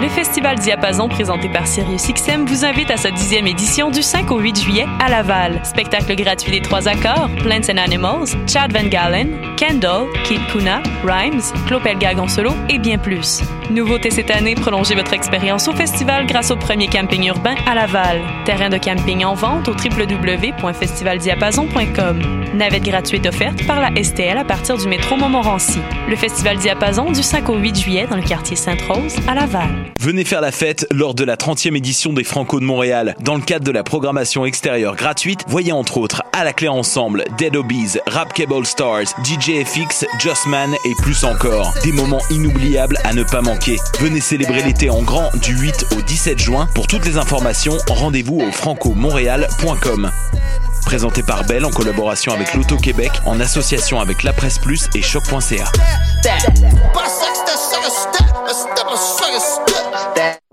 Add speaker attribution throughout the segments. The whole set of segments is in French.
Speaker 1: Le Festival Diapason, présenté par Sirius XM, vous invite à sa dixième édition du 5 au 8 juillet à Laval. Spectacle gratuit des trois accords, Plants and Animals, Chad Van Galen, Kendall, Kid Kuna, Rhymes, Clopelga Gonzolo et bien plus. Nouveauté cette année, prolongez votre expérience au festival grâce au premier camping urbain à Laval. Terrain de camping en vente au www.festivaldiapason.com. Navette gratuite offerte par la STL à partir du métro Montmorency. Le Festival Diapason du 5 au 8 juillet dans le quartier Sainte-Rose à Laval.
Speaker 2: Venez faire la fête lors de la 30e édition des Franco de Montréal. Dans le cadre de la programmation extérieure gratuite, voyez entre autres À la clé ensemble, Dead Obies, Rap Cable Stars, DJ FX, Just Man et plus encore. Des moments inoubliables à ne pas manquer. Venez célébrer l'été en grand du 8 au 17 juin. Pour toutes les informations, rendez-vous au francomontréal.com. Présenté par Bell en collaboration avec l'Auto-Québec, en association avec La Presse Plus et Choc.ca.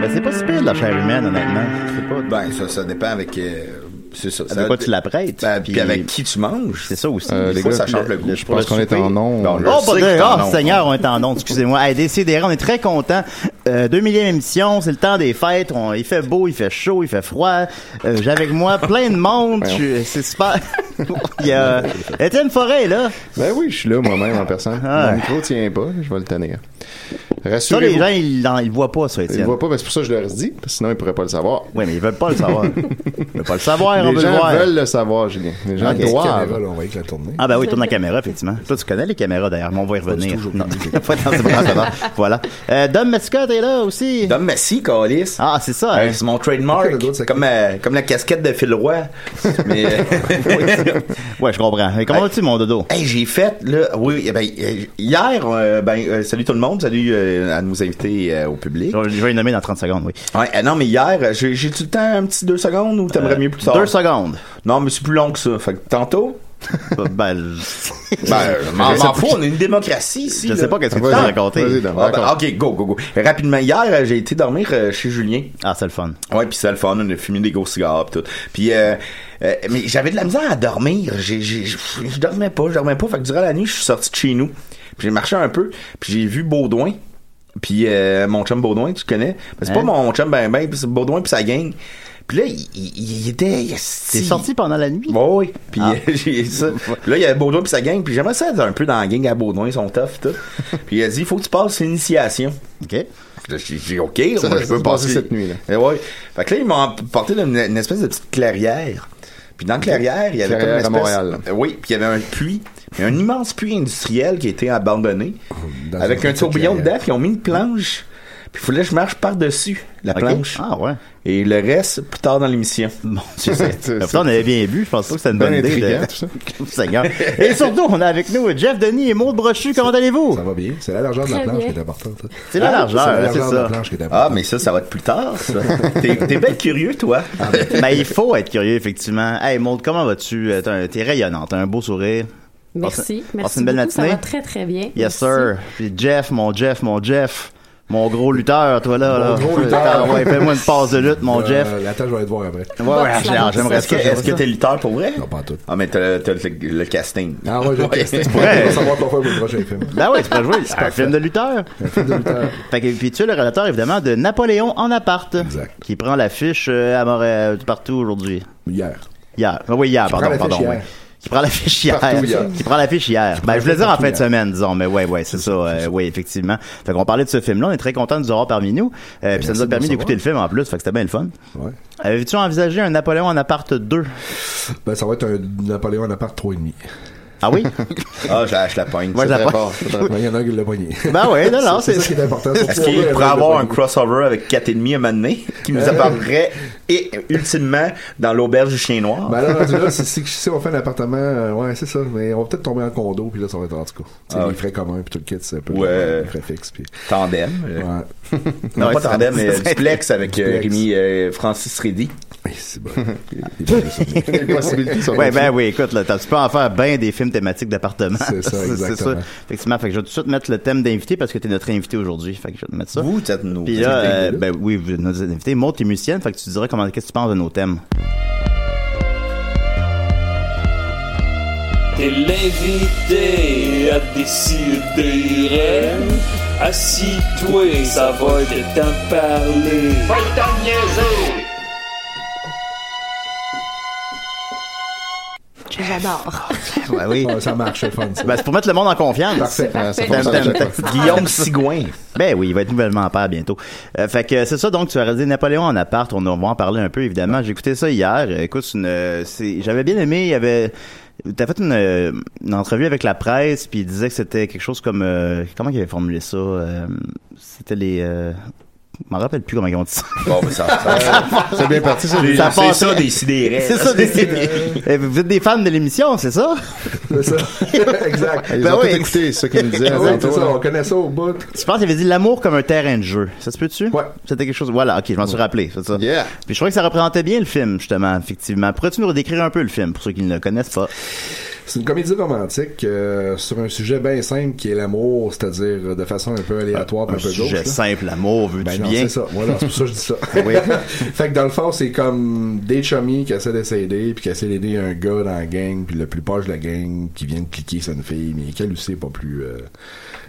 Speaker 3: Ben, c'est pas si pire de la chair humaine, honnêtement. C'est pas...
Speaker 4: Ben, ça, ça dépend avec. euh, c'est ça.
Speaker 3: Avec quoi tu la prêtes,
Speaker 4: Ben,
Speaker 3: puis-
Speaker 4: puis, avec qui tu manges.
Speaker 3: C'est ça aussi.
Speaker 5: Euh,
Speaker 3: Des
Speaker 5: les
Speaker 3: fois,
Speaker 5: gars,
Speaker 3: ça change
Speaker 4: le-
Speaker 3: le
Speaker 4: le-
Speaker 3: goût.
Speaker 5: je pense qu'on est
Speaker 4: souper.
Speaker 5: en ondes.
Speaker 4: Bon, je
Speaker 3: Oh,
Speaker 4: sais
Speaker 3: bah,
Speaker 4: que t'es en
Speaker 3: oh
Speaker 4: onde.
Speaker 3: Seigneur, on est en onde, excusez-moi. Hey, Décidérez, on est très contents. Euh, 2000 e émission, c'est le temps des fêtes. On, il fait beau, il fait chaud, il fait froid. Euh, J'ai avec moi plein de monde. Je- C'est super. il y a Étienne Forêt, est là.
Speaker 5: Ben oui, je suis là moi-même en personne.
Speaker 3: Ah.
Speaker 5: Mon micro tient pas, je vais le tenir.
Speaker 3: Ça, les
Speaker 5: Rassurez-vous.
Speaker 3: gens, ils ne voient pas, ça,
Speaker 5: Ils le
Speaker 3: Étienne.
Speaker 5: voient pas, ben c'est pour ça que je leur dis, parce que sinon ils pourraient pas le savoir.
Speaker 3: Oui, mais ils veulent pas le savoir. Ils veulent pas le savoir, on
Speaker 5: les
Speaker 3: veut le
Speaker 5: gens
Speaker 3: voir.
Speaker 5: veulent le savoir, Julien. Les
Speaker 6: Ah,
Speaker 5: gens
Speaker 3: Ok.
Speaker 5: doivent.
Speaker 4: on va y la tournée.
Speaker 3: Ah ben oui, tourne la caméra, effectivement. Toi, tu connais les caméras, d'ailleurs, mais on va y revenir.
Speaker 4: tout, j'ai
Speaker 3: Non. Ouais, non, c'est pas grave, ça va. voilà. Euh, Dom Mescott est là aussi.
Speaker 4: Dom Messi, Calis.
Speaker 3: Ah, c'est ça. hein.
Speaker 4: Hey, c'est mon trademark. Comme, euh, comme la casquette de Phil Roy. Mais, euh,
Speaker 3: Ouais, je comprends. Mais comment
Speaker 4: Hey.
Speaker 3: vas-tu, mon dodo?
Speaker 4: hey, j'ai fait, là, oui, eh ben, eh, hier, euh, ben, euh, salut tout le monde, salut euh, à nos invités euh, au public.
Speaker 3: Je vais- je vais les nommer dans 30 secondes, oui.
Speaker 4: Ouais, euh, non, mais hier, euh, j'ai j'ai-tu le temps un petit deux secondes ou t'aimerais
Speaker 3: Euh,
Speaker 4: mieux plus tard?
Speaker 3: Deux secondes.
Speaker 4: Non, mais c'est plus long que ça. Fait que tantôt.
Speaker 3: ben, le-
Speaker 4: Ben, m'en
Speaker 3: je sais
Speaker 4: m'en
Speaker 3: pas.
Speaker 4: fous, on est une démocratie ici.
Speaker 3: je
Speaker 4: là.
Speaker 3: sais pas qu'est-ce que tu veux
Speaker 5: Vas-y,
Speaker 3: raconter.
Speaker 5: vas-y, Dom.
Speaker 4: Ah, ben,
Speaker 5: D'accord.
Speaker 4: ok, go, go, go. Rapidement, hier, euh, j'ai été dormir euh, chez Julien.
Speaker 3: Ah, c'est le fun.
Speaker 4: Ouais, puis c'est le fun, on a fumé des gros cigares pis tout. Puis euh, euh, mais j'avais de la misère à dormir, j'ai j'ai je je dormais pas, je dormais pas, fait que durant la nuit, je suis sorti de chez nous. Puis j'ai marché un peu, puis j'ai vu Baudouin. Puis euh, mon chum Baudouin, tu connais, mais c'est
Speaker 3: Hein?
Speaker 4: pas mon chum ben ben, pis c'est Baudouin puis sa gang. Puis là, il, il- il était il-
Speaker 3: T'es sorti pendant la nuit?
Speaker 4: Ouais, oui. Puis
Speaker 3: Ah.
Speaker 4: euh, j'ai ça. Puis là, il y a Baudouin puis sa gang, puis j'aimerais ça être un peu dans la gang à Baudouin, ils sont tough tout. puis il a dit, il faut que tu passes l'initiation.
Speaker 3: OK.
Speaker 4: Là, J'ai dit, OK,
Speaker 5: Ça,
Speaker 4: moi,
Speaker 5: ça
Speaker 4: je peux
Speaker 5: s'est passé
Speaker 4: passer
Speaker 5: cette nuit-là.
Speaker 4: Eh ouais. Fait que là, ils m'ont porté dans une, une espèce de petite clairière. Puis dans la clairière, il y avait
Speaker 5: Clairière
Speaker 4: comme une
Speaker 5: à
Speaker 4: espèce...
Speaker 5: Montréal.
Speaker 4: Euh, Oui, puis il y avait un puits, puis un immense puits industriel qui a été abandonné
Speaker 6: Dans
Speaker 4: avec
Speaker 6: une
Speaker 4: un tourbillon
Speaker 6: clairière.
Speaker 4: dedans, puis ils ont mis une planche. Puis il fallait que je marche par-dessus la
Speaker 3: Ok.
Speaker 4: planche.
Speaker 3: Ah ouais.
Speaker 4: Et le reste, plus tard dans l'émission.
Speaker 3: Bon, c'est ça.
Speaker 5: C'est-
Speaker 3: Pourtant, on avait bien bu. Je pense pas que c'était une
Speaker 5: Bien
Speaker 3: bonne idée.
Speaker 5: intriguant,
Speaker 3: de-
Speaker 5: tout ça.
Speaker 3: Seigneur. ben, Et surtout, on a avec nous Jeff Denis et Maud Brochu. Comment allez-vous?
Speaker 6: Ça va bien. C'est la largeur de la
Speaker 7: Très
Speaker 6: planche
Speaker 7: bien.
Speaker 6: qui est importante. hein.
Speaker 3: C'est la
Speaker 6: C'est la
Speaker 3: largeur, c'est
Speaker 6: largeur de la
Speaker 3: ça.
Speaker 6: planche qui est importante.
Speaker 4: Ah, mais ça, ça va être plus tard, ça. T'es t'es bien curieux, toi.
Speaker 3: Ah, ben. Mais il faut être curieux, effectivement. Hey, Maud, comment vas-tu? Euh, T'es un- t'es rayonnante, t'as un beau sourire.
Speaker 7: Merci.
Speaker 3: Passe- passe
Speaker 7: Merci.
Speaker 3: une belle
Speaker 7: beaucoup, Ça
Speaker 3: matinée.
Speaker 7: va très, très bien.
Speaker 3: Yes,
Speaker 7: Merci.
Speaker 3: sir. Puis Jeff, mon Jeff, mon Jeff. Mon gros lutteur, toi là. là.
Speaker 6: gros lutteur.
Speaker 3: Ouais, fais-moi une passe de lutte, mon
Speaker 6: Euh,
Speaker 3: Jeff.
Speaker 6: Attends, je vais aller te voir après.
Speaker 3: Ouais, ouais,
Speaker 7: Boxe, la
Speaker 3: alors,
Speaker 7: boxe,
Speaker 3: j'aimerais
Speaker 4: Est-ce que
Speaker 3: ça.
Speaker 4: est-ce que t'es lutteur pour vrai?
Speaker 6: Non, pas en tout.
Speaker 4: Ah, mais t'as t'as le, le casting.
Speaker 6: Ah ouais, j'ai testé.
Speaker 4: Ouais.
Speaker 6: On va savoir quoi faire pour le prochain film.
Speaker 3: Ben ouais, c'est pas joué. C'est un film de lutteur. Fait que, puis tu es le relateur, évidemment, de Napoléon en appart.
Speaker 6: Exact.
Speaker 3: Qui prend l'affiche euh, à Montréal, partout aujourd'hui.
Speaker 6: Hier.
Speaker 3: Hier. Ah Oui, hier, pardon,
Speaker 6: prend l'affiche
Speaker 3: pardon.
Speaker 6: hier.
Speaker 3: oui. Qui prend l'affiche hier.
Speaker 5: Partout hier.
Speaker 3: Qui prend l'affiche hier. Ben, je voulais dire en fin de semaine, disons, mais ouais, ouais, c'est ça. euh, oui, effectivement. Fait qu'on parlait de ce film-là, on est très content de vous avoir parmi nous. Euh, puis
Speaker 6: merci
Speaker 3: ça nous a
Speaker 6: Eh de
Speaker 3: permis
Speaker 6: nous
Speaker 3: d'écouter le
Speaker 6: recevoir.
Speaker 3: film en plus, fait que c'était bien le fun.
Speaker 6: Ouais.
Speaker 3: Avais-tu envisagé un Napoléon en appart 2?
Speaker 6: Ben, ça va être un Napoléon en appart 3,5.
Speaker 3: Ah oui?
Speaker 4: Ah, je la, je la pogne.
Speaker 3: Moi, je la
Speaker 5: Très
Speaker 3: pogne.
Speaker 5: fort, c'est très fort.
Speaker 6: Ben, Il y en a un qui l'a poigné.
Speaker 4: Bah
Speaker 3: Ben ouais, non, non,
Speaker 6: C'est ça qui
Speaker 3: c'est...
Speaker 6: est important.
Speaker 4: Est-ce qu'il pourrait avoir un crossover avec 4,5 à un moment donné, qui nous apparerait et ultimement dans l'auberge du chien noir?
Speaker 6: Ben là, rendu là, si, si, si on fait un appartement, euh, ouais, c'est ça. Mais on va peut-être tomber en condo, puis là, ça va être en tout cas. Tu sais,
Speaker 4: Ah,
Speaker 6: les
Speaker 4: ouais.
Speaker 6: frais communs, puis tout le kit, c'est un peu
Speaker 4: Ouais.
Speaker 6: les frais fixes, puis.
Speaker 4: euh, tandem. euh,
Speaker 6: Ouais.
Speaker 4: Non,
Speaker 3: Ouais,
Speaker 4: pas
Speaker 3: ça-
Speaker 4: tandem, mais
Speaker 3: ça-
Speaker 4: duplex avec euh,
Speaker 6: Duplex.
Speaker 4: Rémi euh, Francis Reddy.
Speaker 6: Hey, C'est bon. Il est pas sûr.
Speaker 5: Les possibilités sont
Speaker 3: Ouais, ben oui, écoute, là, t'as- tu peux en faire bien des films thématiques d'appartement.
Speaker 6: C'est ça, exactement.
Speaker 3: Effectivement, fait que je vais tout de suite mettre le thème d'invité parce que t'es notre invité aujourd'hui. Fait que je vais te mettre ça.
Speaker 4: Vous, vous êtes nos
Speaker 3: Puis là, euh, ben oui, vous- nos invités, Maud, t'es musicienne, fait que tu diras comment, qu'est-ce que tu penses de nos thèmes.
Speaker 8: T'es l'invité à décider. Assis-toi, ça va être temps de parler.
Speaker 7: J'adore.
Speaker 3: Ouais, oui.
Speaker 6: Ah, ça marche, c'est fun. ça.
Speaker 3: Ben, c'est pour mettre le monde en confiance. Euh,
Speaker 6: Parfait.
Speaker 5: Ah, ça
Speaker 7: Parfait.
Speaker 3: Tam,
Speaker 5: fonctionne à
Speaker 3: tam,
Speaker 5: chaque
Speaker 3: tam.
Speaker 5: fois.
Speaker 4: Guillaume Sigouin.
Speaker 3: Ben oui, il va être nouvellement père bientôt. Euh, fait que euh, c'est ça, donc tu as réalisé Napoléon en appart, on, en va en parler un peu évidemment. J'ai écouté ça hier, Euh, écoute, c'est une, euh, c'est- j'avais bien aimé, il y avait... T'as fait une, euh, une entrevue avec la presse, puis il disait que c'était quelque chose comme... euh, comment il avait formulé ça? Euh, c'était les... euh, je m'en rappelle plus comment ils ont dit ça.
Speaker 4: Bon, ben, ça, ça,
Speaker 5: C'est bien parti, ça.
Speaker 4: c'est
Speaker 3: Ça
Speaker 4: c'est
Speaker 3: passe.
Speaker 4: ça, décider.
Speaker 3: C'est ça, des- Eh, Vous êtes des fans de l'émission, c'est ça?
Speaker 6: C'est ça. exact.
Speaker 5: Ils
Speaker 3: Ben
Speaker 5: ont
Speaker 3: oui.
Speaker 5: tout écouté, c'est ça qu'ils me disaient
Speaker 6: Ah ouais, c'est
Speaker 5: tantôt,
Speaker 6: ça,
Speaker 5: là.
Speaker 6: on connaît ça au bout.
Speaker 3: Je pense qu'il avait dit l'amour comme un terrain de jeu. Ça se peut-tu?
Speaker 6: Ouais.
Speaker 3: C'était quelque chose. Voilà, ok, je m'en suis rappelé. C'est ça.
Speaker 5: Yeah.
Speaker 3: Puis je trouvais que ça représentait bien le film, justement, effectivement. Pourrais-tu nous redécrire un peu le film, pour ceux qui ne le connaissent pas?
Speaker 6: C'est une comédie romantique euh, sur un sujet bien simple qui est l'amour, c'est-à-dire euh, de façon un peu aléatoire, puis
Speaker 3: un
Speaker 6: un peu
Speaker 3: sujet
Speaker 6: gauche. là.
Speaker 3: simple, l'amour, veux-tu
Speaker 6: Ben non,
Speaker 3: bien?
Speaker 6: c'est ça. Voilà, c'est pour ça que je dis ça.
Speaker 3: Oui.
Speaker 6: fait que dans le fond, c'est comme des chummies qui essaient de s'aider, puis qui essaient d'aider un gars dans la gang, puis le plus proche de la gang qui vient de cliquer sur une fille, mais qu'elle aussi est pas plus... Euh,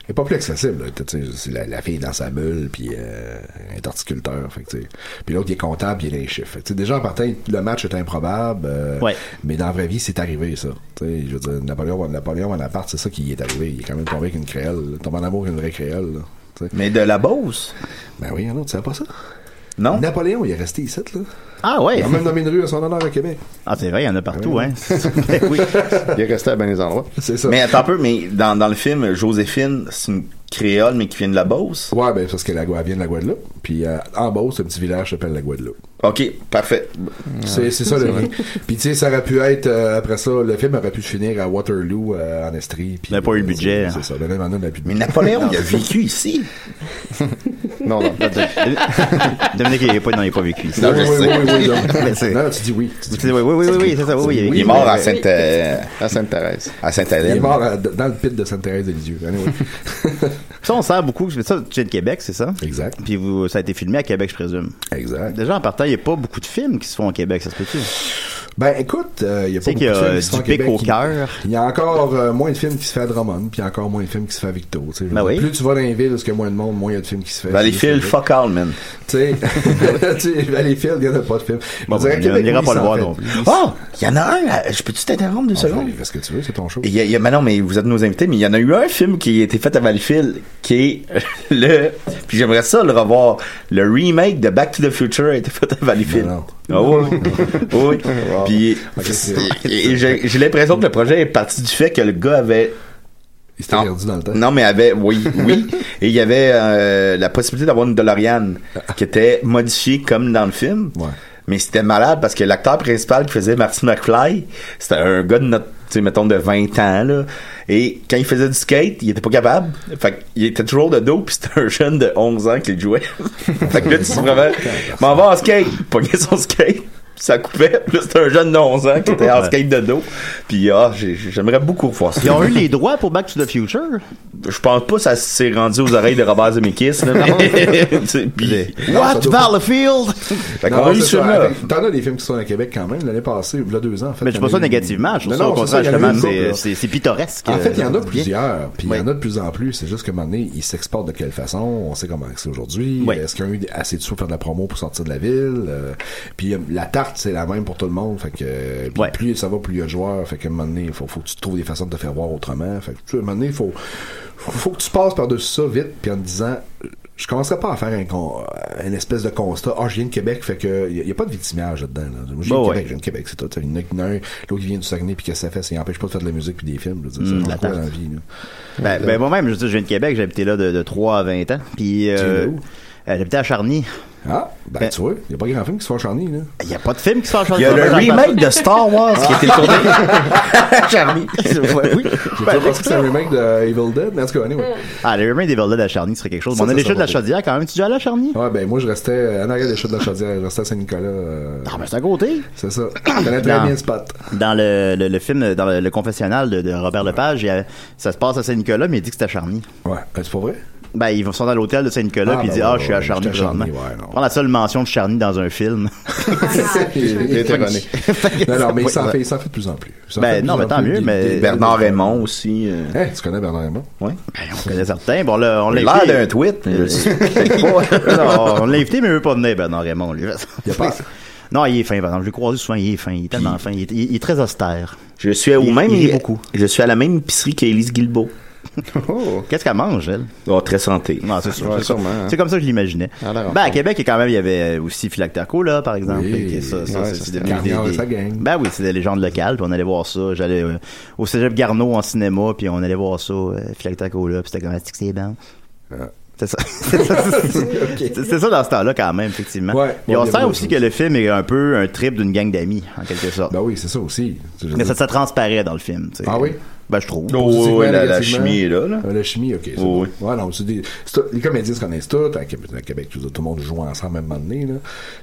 Speaker 6: est pas plus accessible. là. Tu sais, c'est La, la fille est dans sa bulle, puis euh, elle est horticulteur. Fait que, tu sais. puis l'autre, il est comptable, puis il a les chiffres. Fait que, tu sais, déjà, en partant, le match est improbable, euh,
Speaker 3: Ouais.
Speaker 6: mais dans la vraie vie, c'est arrivé, ça. Tu sais, je veux dire, Napoléon, Napoléon en appart, c'est ça qui est arrivé. Il est quand même tombé avec une créole. là. Tombe en amour avec une vraie créole. là. Tu sais.
Speaker 4: Mais de la Beauce?
Speaker 6: Ben oui, non, tu savais pas ça?
Speaker 4: Non?
Speaker 6: Napoléon, il est resté ici, là.
Speaker 3: Ah ouais!
Speaker 6: Il a même nommé une rue à son honneur à Québec.
Speaker 3: Ah, c'est vrai, il y en a partout, hein. Ben oui.
Speaker 5: Il est resté à bien des endroits.
Speaker 6: C'est ça.
Speaker 4: Mais attends un peu, mais dans, dans le film, Joséphine, c'est une créole, mais qui vient de la Beauce.
Speaker 6: Ouais, ben, parce que la Gua- elle vient de la Guadeloupe. Puis euh, en Beauce, un petit village s'appelle la Guadeloupe.
Speaker 4: OK, parfait.
Speaker 6: C'est c'est ça le lien. Puis tu sais, ça aurait pu être, euh, après ça, le film aurait pu se finir à Waterloo, euh, en Estrie. Puis,
Speaker 3: Il n'a pas eu le budget, hein.
Speaker 6: C'est ça. Ben, même en a, il n'a plus de
Speaker 4: Mais
Speaker 6: budget.
Speaker 4: Napoléon, il a vécu ici.
Speaker 5: Non, non, pas de-
Speaker 3: Dominique, il n'est pas, non, il est pas vécu. ici.
Speaker 4: Non, je
Speaker 6: Oui, oui,
Speaker 4: sais.
Speaker 6: oui, oui, non.
Speaker 3: Mais c'est-
Speaker 6: Non, tu dis oui. Tu dis
Speaker 3: Oui, oui, oui, oui, oui, c'est ça, oui, oui,
Speaker 4: Il est mort à
Speaker 3: oui.
Speaker 4: Sainte, euh,
Speaker 5: à Sainte-Thérèse.
Speaker 4: à
Speaker 6: Il est
Speaker 4: Sainte-Hélène.
Speaker 6: mort à- dans le pit de Sainte-Thérèse de Lisieux. Anyway.
Speaker 3: Ça, on sert beaucoup. Ça, tu viens de Québec, c'est ça?
Speaker 6: exact.
Speaker 3: Puis vous, ça a été filmé à Québec, je présume.
Speaker 6: Exact.
Speaker 3: Déjà, en partant, il n'y a pas beaucoup de films qui se font au Québec, ça se peut-tu?
Speaker 6: Ben écoute, euh, il y a
Speaker 3: Tu sais
Speaker 6: pas
Speaker 3: qu'il y a
Speaker 6: beaucoup de films
Speaker 3: euh,
Speaker 6: qui se font
Speaker 3: du
Speaker 6: au
Speaker 3: pic
Speaker 6: Québec
Speaker 3: au
Speaker 6: qui-
Speaker 3: cœur.
Speaker 6: Il y a encore euh, moins de films qui se fait à Drummond, puis il y a encore moins de films qui se fait à Victo. tu sais. Je veux
Speaker 3: Ben
Speaker 6: dire,
Speaker 3: oui. Ben,
Speaker 6: Plus tu vas dans les villes, parce qu'il y a moins de monde, moins il y a de films qui se fait.
Speaker 4: Valleyfield,
Speaker 6: fuck.
Speaker 4: fuck all, man.
Speaker 6: Tu sais, tu sais, Valleyfield, il n'y en a pas de films. Je
Speaker 3: Bon,
Speaker 6: dirais
Speaker 3: ben,
Speaker 6: que
Speaker 3: on n'ira
Speaker 6: Québec,
Speaker 3: pas le
Speaker 6: oui,
Speaker 3: voir
Speaker 6: ça en
Speaker 3: non
Speaker 6: fait.
Speaker 3: plus. Ah,
Speaker 4: Oh! Il y en a un! là. Je peux-tu t'interrompre deux
Speaker 6: Enfin,
Speaker 4: secondes?
Speaker 6: fais ce que tu veux, c'est ton show.
Speaker 4: Il y a- il y a- mais non, mais vous êtes nos invités, mais il y en a eu un film qui a été fait à Valleyfield, qui est le. Puis j'aimerais ça le revoir. Le remake de Back to the Future a été fait à Valleyfield.
Speaker 6: Non,
Speaker 4: Ah oui. oui. Puis
Speaker 6: Ok, c'est-
Speaker 4: et- et j'ai j'ai l'impression que le projet est parti du fait que le gars avait
Speaker 6: Il s'était
Speaker 4: Non.
Speaker 6: perdu dans le temps.
Speaker 4: Non, mais avait, oui, oui. Et il y avait euh, la possibilité d'avoir une DeLorean qui était modifiée comme dans le film.
Speaker 6: Ouais.
Speaker 4: Mais c'était malade parce que l'acteur principal qui faisait Martin McFly, c'était un gars de notre, tu sais, mettons, de 20 ans, là. Et quand il faisait du skate, il était pas capable. Fait qu'il était toujours de dos, puis c'était un jeune de 11 ans qui le jouait. fait que là, tu sais vraiment, m'en va en skate. Il pognait son skate. Ça coupait, Puis là c'était un jeune de 11 ans qui était en skate de dos. Puis ah, j'ai- j'aimerais beaucoup revoir ça.
Speaker 3: Ils ont eu les droits pour Back to the Future.
Speaker 4: Je pense pas que ça s'est rendu aux oreilles de Robert Zemeckis. Là, mais- Tu sais, puis-
Speaker 3: What, Battlefield?
Speaker 4: Fait qu'on
Speaker 6: Non,
Speaker 4: a eu
Speaker 6: c'est
Speaker 4: ce
Speaker 6: ça.
Speaker 4: film-là.
Speaker 6: Avec- T'en as des films qui sont à Québec quand même, l'année passée, il y a deux ans. En fait,
Speaker 3: Mais je dis
Speaker 6: il y en
Speaker 3: pas ça
Speaker 6: a eu-
Speaker 3: négativement, je trouve
Speaker 6: Non,
Speaker 3: ça
Speaker 6: non,
Speaker 3: au
Speaker 6: c'est ça,
Speaker 3: contraire,
Speaker 6: il y en a eu
Speaker 3: justement,
Speaker 6: une
Speaker 3: c'est-
Speaker 6: couple, là.
Speaker 3: c'est c'est pittoresque.
Speaker 6: En fait, il y en a
Speaker 3: euh, bien.
Speaker 6: plusieurs, puis il y en
Speaker 3: Oui.
Speaker 6: a de plus en plus. C'est juste qu'à un moment donné, ils s'exportent de quelle façon On sait comment c'est aujourd'hui.
Speaker 3: Oui.
Speaker 6: Est-ce qu'ils ont eu assez de sous pour faire de la promo pour sortir de la ville Euh, Puis euh, la tarte, c'est la même pour tout le monde. Fait que euh, puis
Speaker 3: Ouais.
Speaker 6: plus ça va, plus il y a de joueurs. Fait qu'à un moment donné, il faut, faut que tu trouves des façons de te faire voir autrement. Fait que tu sais, à un moment donné, il faut, faut, faut que tu passes par-dessus ça vite, puis en te disant. Je commencerai pas à faire un con- euh, une espèce de constat. Ah, je viens de Québec, fait que il y, a pas de victimage là-dedans. Là. Moi, je viens
Speaker 3: Bah
Speaker 6: de
Speaker 3: ouais.
Speaker 6: Québec, je viens de Québec, c'est tout. Il y en a qui- il y en a un, l'autre qui vient du Saguenay, puis qu'est-ce que ça fait Ça empêche pas de faire de la musique puis des films. je veux dire. Ça change
Speaker 3: Mm. la
Speaker 6: quoi
Speaker 3: tarte.
Speaker 6: dans la vie, là?
Speaker 3: Ben, ben, moi-même, je, veux dire, je viens de Québec, j'ai habité là de, de 3 à 20 ans. Puis, euh,
Speaker 6: Tu viens
Speaker 3: euh, j'habitais à Charny.
Speaker 6: Ah, ben,
Speaker 3: Ben-
Speaker 6: tu vois, il n'y a pas grand film qui se fait en charnier, là.
Speaker 3: Il n'y a pas de film qui se passe en
Speaker 4: Il y a le remake de Star Wars qui a été tourné. Charlie.
Speaker 3: oui.
Speaker 6: J'ai
Speaker 3: Ben,
Speaker 6: toujours pensé que c'est un remake de Evil Dead, mais en tout cas, anyway.
Speaker 3: Ah, le remake des Verdades à Charny serait quelque chose.
Speaker 6: Ça,
Speaker 3: on a
Speaker 6: ça,
Speaker 3: les
Speaker 6: ça
Speaker 3: chutes de
Speaker 6: va
Speaker 3: la
Speaker 6: pas.
Speaker 3: Chaudière quand même. Tu es déjà allé à Charny?
Speaker 6: Ouais, ben, moi, je restais en arrière des chutes de la chaudière, je restais à Saint-Nicolas. euh,
Speaker 3: Ah, ben, c'est à côté.
Speaker 6: C'est ça. Je connais très
Speaker 3: Non.
Speaker 6: bien ce spot.
Speaker 3: Dans le, le, le film, dans le, le confessionnal de, de Robert Lepage, il y a- ça se passe à Saint-Nicolas, mais il dit que c'est à Charny.
Speaker 6: Ouais, ben, c'est pas vrai?
Speaker 3: Ben, ils sont à l'hôtel de Saint-Nicolas,
Speaker 6: Ah,
Speaker 3: puis
Speaker 6: ben
Speaker 3: il dit
Speaker 6: ouais,
Speaker 3: Ah, je suis à
Speaker 6: ouais,
Speaker 3: Charny
Speaker 6: j'étais à Charny,
Speaker 3: présentement.
Speaker 6: ouais, non.
Speaker 3: Prends la seule mention de Charny dans un film. Ah,
Speaker 5: Il est erroné.
Speaker 6: Non, non, mais il s'en
Speaker 3: Ouais.
Speaker 6: fait, il s'en fait de plus en plus. Il s'en
Speaker 3: Ben,
Speaker 6: fait de
Speaker 3: non,
Speaker 6: plus
Speaker 3: mais
Speaker 6: en
Speaker 3: tant
Speaker 6: plus,
Speaker 3: mieux,
Speaker 6: des-
Speaker 3: mais-
Speaker 6: des-
Speaker 4: Bernard Raymond aussi. euh,
Speaker 6: Hey, Hein, tu connais Bernard Raymond?
Speaker 4: ouais.
Speaker 3: Ben, on connaît certains. Bon, là, on l'a
Speaker 4: Il a
Speaker 3: invité.
Speaker 4: l'air d'un tweet. mais je sais pas.
Speaker 3: Non, on l'a invité, mais il veut pas venir, Bernard Raymond, lui.
Speaker 6: Il a pas.
Speaker 3: Non, il est fin, par exemple. Je l'ai croisé souvent, il est fin. Il est tellement
Speaker 4: Puis-
Speaker 3: fin. Il est, il est très austère.
Speaker 4: Je suis au
Speaker 3: Il-
Speaker 4: même.
Speaker 3: il rit beaucoup.
Speaker 4: Je suis à la même épicerie qu'Élise Guilbeault.
Speaker 5: Oh,
Speaker 3: Qu'est-ce qu'elle mange, elle?
Speaker 4: Oh, très santé.
Speaker 3: Non, c'est sûr.
Speaker 5: Ouais,
Speaker 3: c'est ça.
Speaker 5: sûrement, hein.
Speaker 3: C'est comme ça que je l'imaginais.
Speaker 4: Ah,
Speaker 5: À la rencontre.
Speaker 3: Ben, à Québec, il y a quand même, il y avait aussi Philacterco, là, par exemple.
Speaker 6: Oui.
Speaker 3: Et ça, ça,
Speaker 5: Ouais,
Speaker 3: c'est-
Speaker 5: ça,
Speaker 3: c'est
Speaker 5: c'était
Speaker 3: devenu des-
Speaker 6: Garnier et
Speaker 3: des-
Speaker 6: sa gang.
Speaker 3: Ben oui, c'est des légendes locales, puis on allait voir ça. J'allais euh, au cégep Garneau en cinéma, puis on allait voir ça, euh, Philacterco, là, puis c'était comme, Ah, c'est que c'est bon.
Speaker 6: Ah.
Speaker 3: C'est ça. C'est ça, C'est- c'est ça dans ce temps-là, quand même, effectivement.
Speaker 6: Ouais.
Speaker 3: Et
Speaker 6: Bon,
Speaker 3: on
Speaker 6: il y
Speaker 3: sent
Speaker 6: avait
Speaker 3: aussi
Speaker 6: ça
Speaker 3: que le film est un peu un trip d'une gang d'amis, en quelque sorte.
Speaker 6: Ben oui, c'est ça aussi. Je veux
Speaker 3: Mais
Speaker 6: dire,
Speaker 3: ça, ça transparaît dans le film. tu sais.
Speaker 6: Ah oui?
Speaker 3: Ben, je trouve.
Speaker 4: Oh,
Speaker 6: Positivement,
Speaker 4: ouais, la, la
Speaker 6: négativement.
Speaker 4: chimie est là. là. Oh,
Speaker 6: Euh, la chimie, ok. c'est
Speaker 4: Oui,
Speaker 6: bon.
Speaker 4: oui.
Speaker 6: Ouais, non, c'est des- c'est tout- les comédiens se connaissent tous. À Québec, à Québec, tout, tout le monde joue ensemble à un moment donné. Là.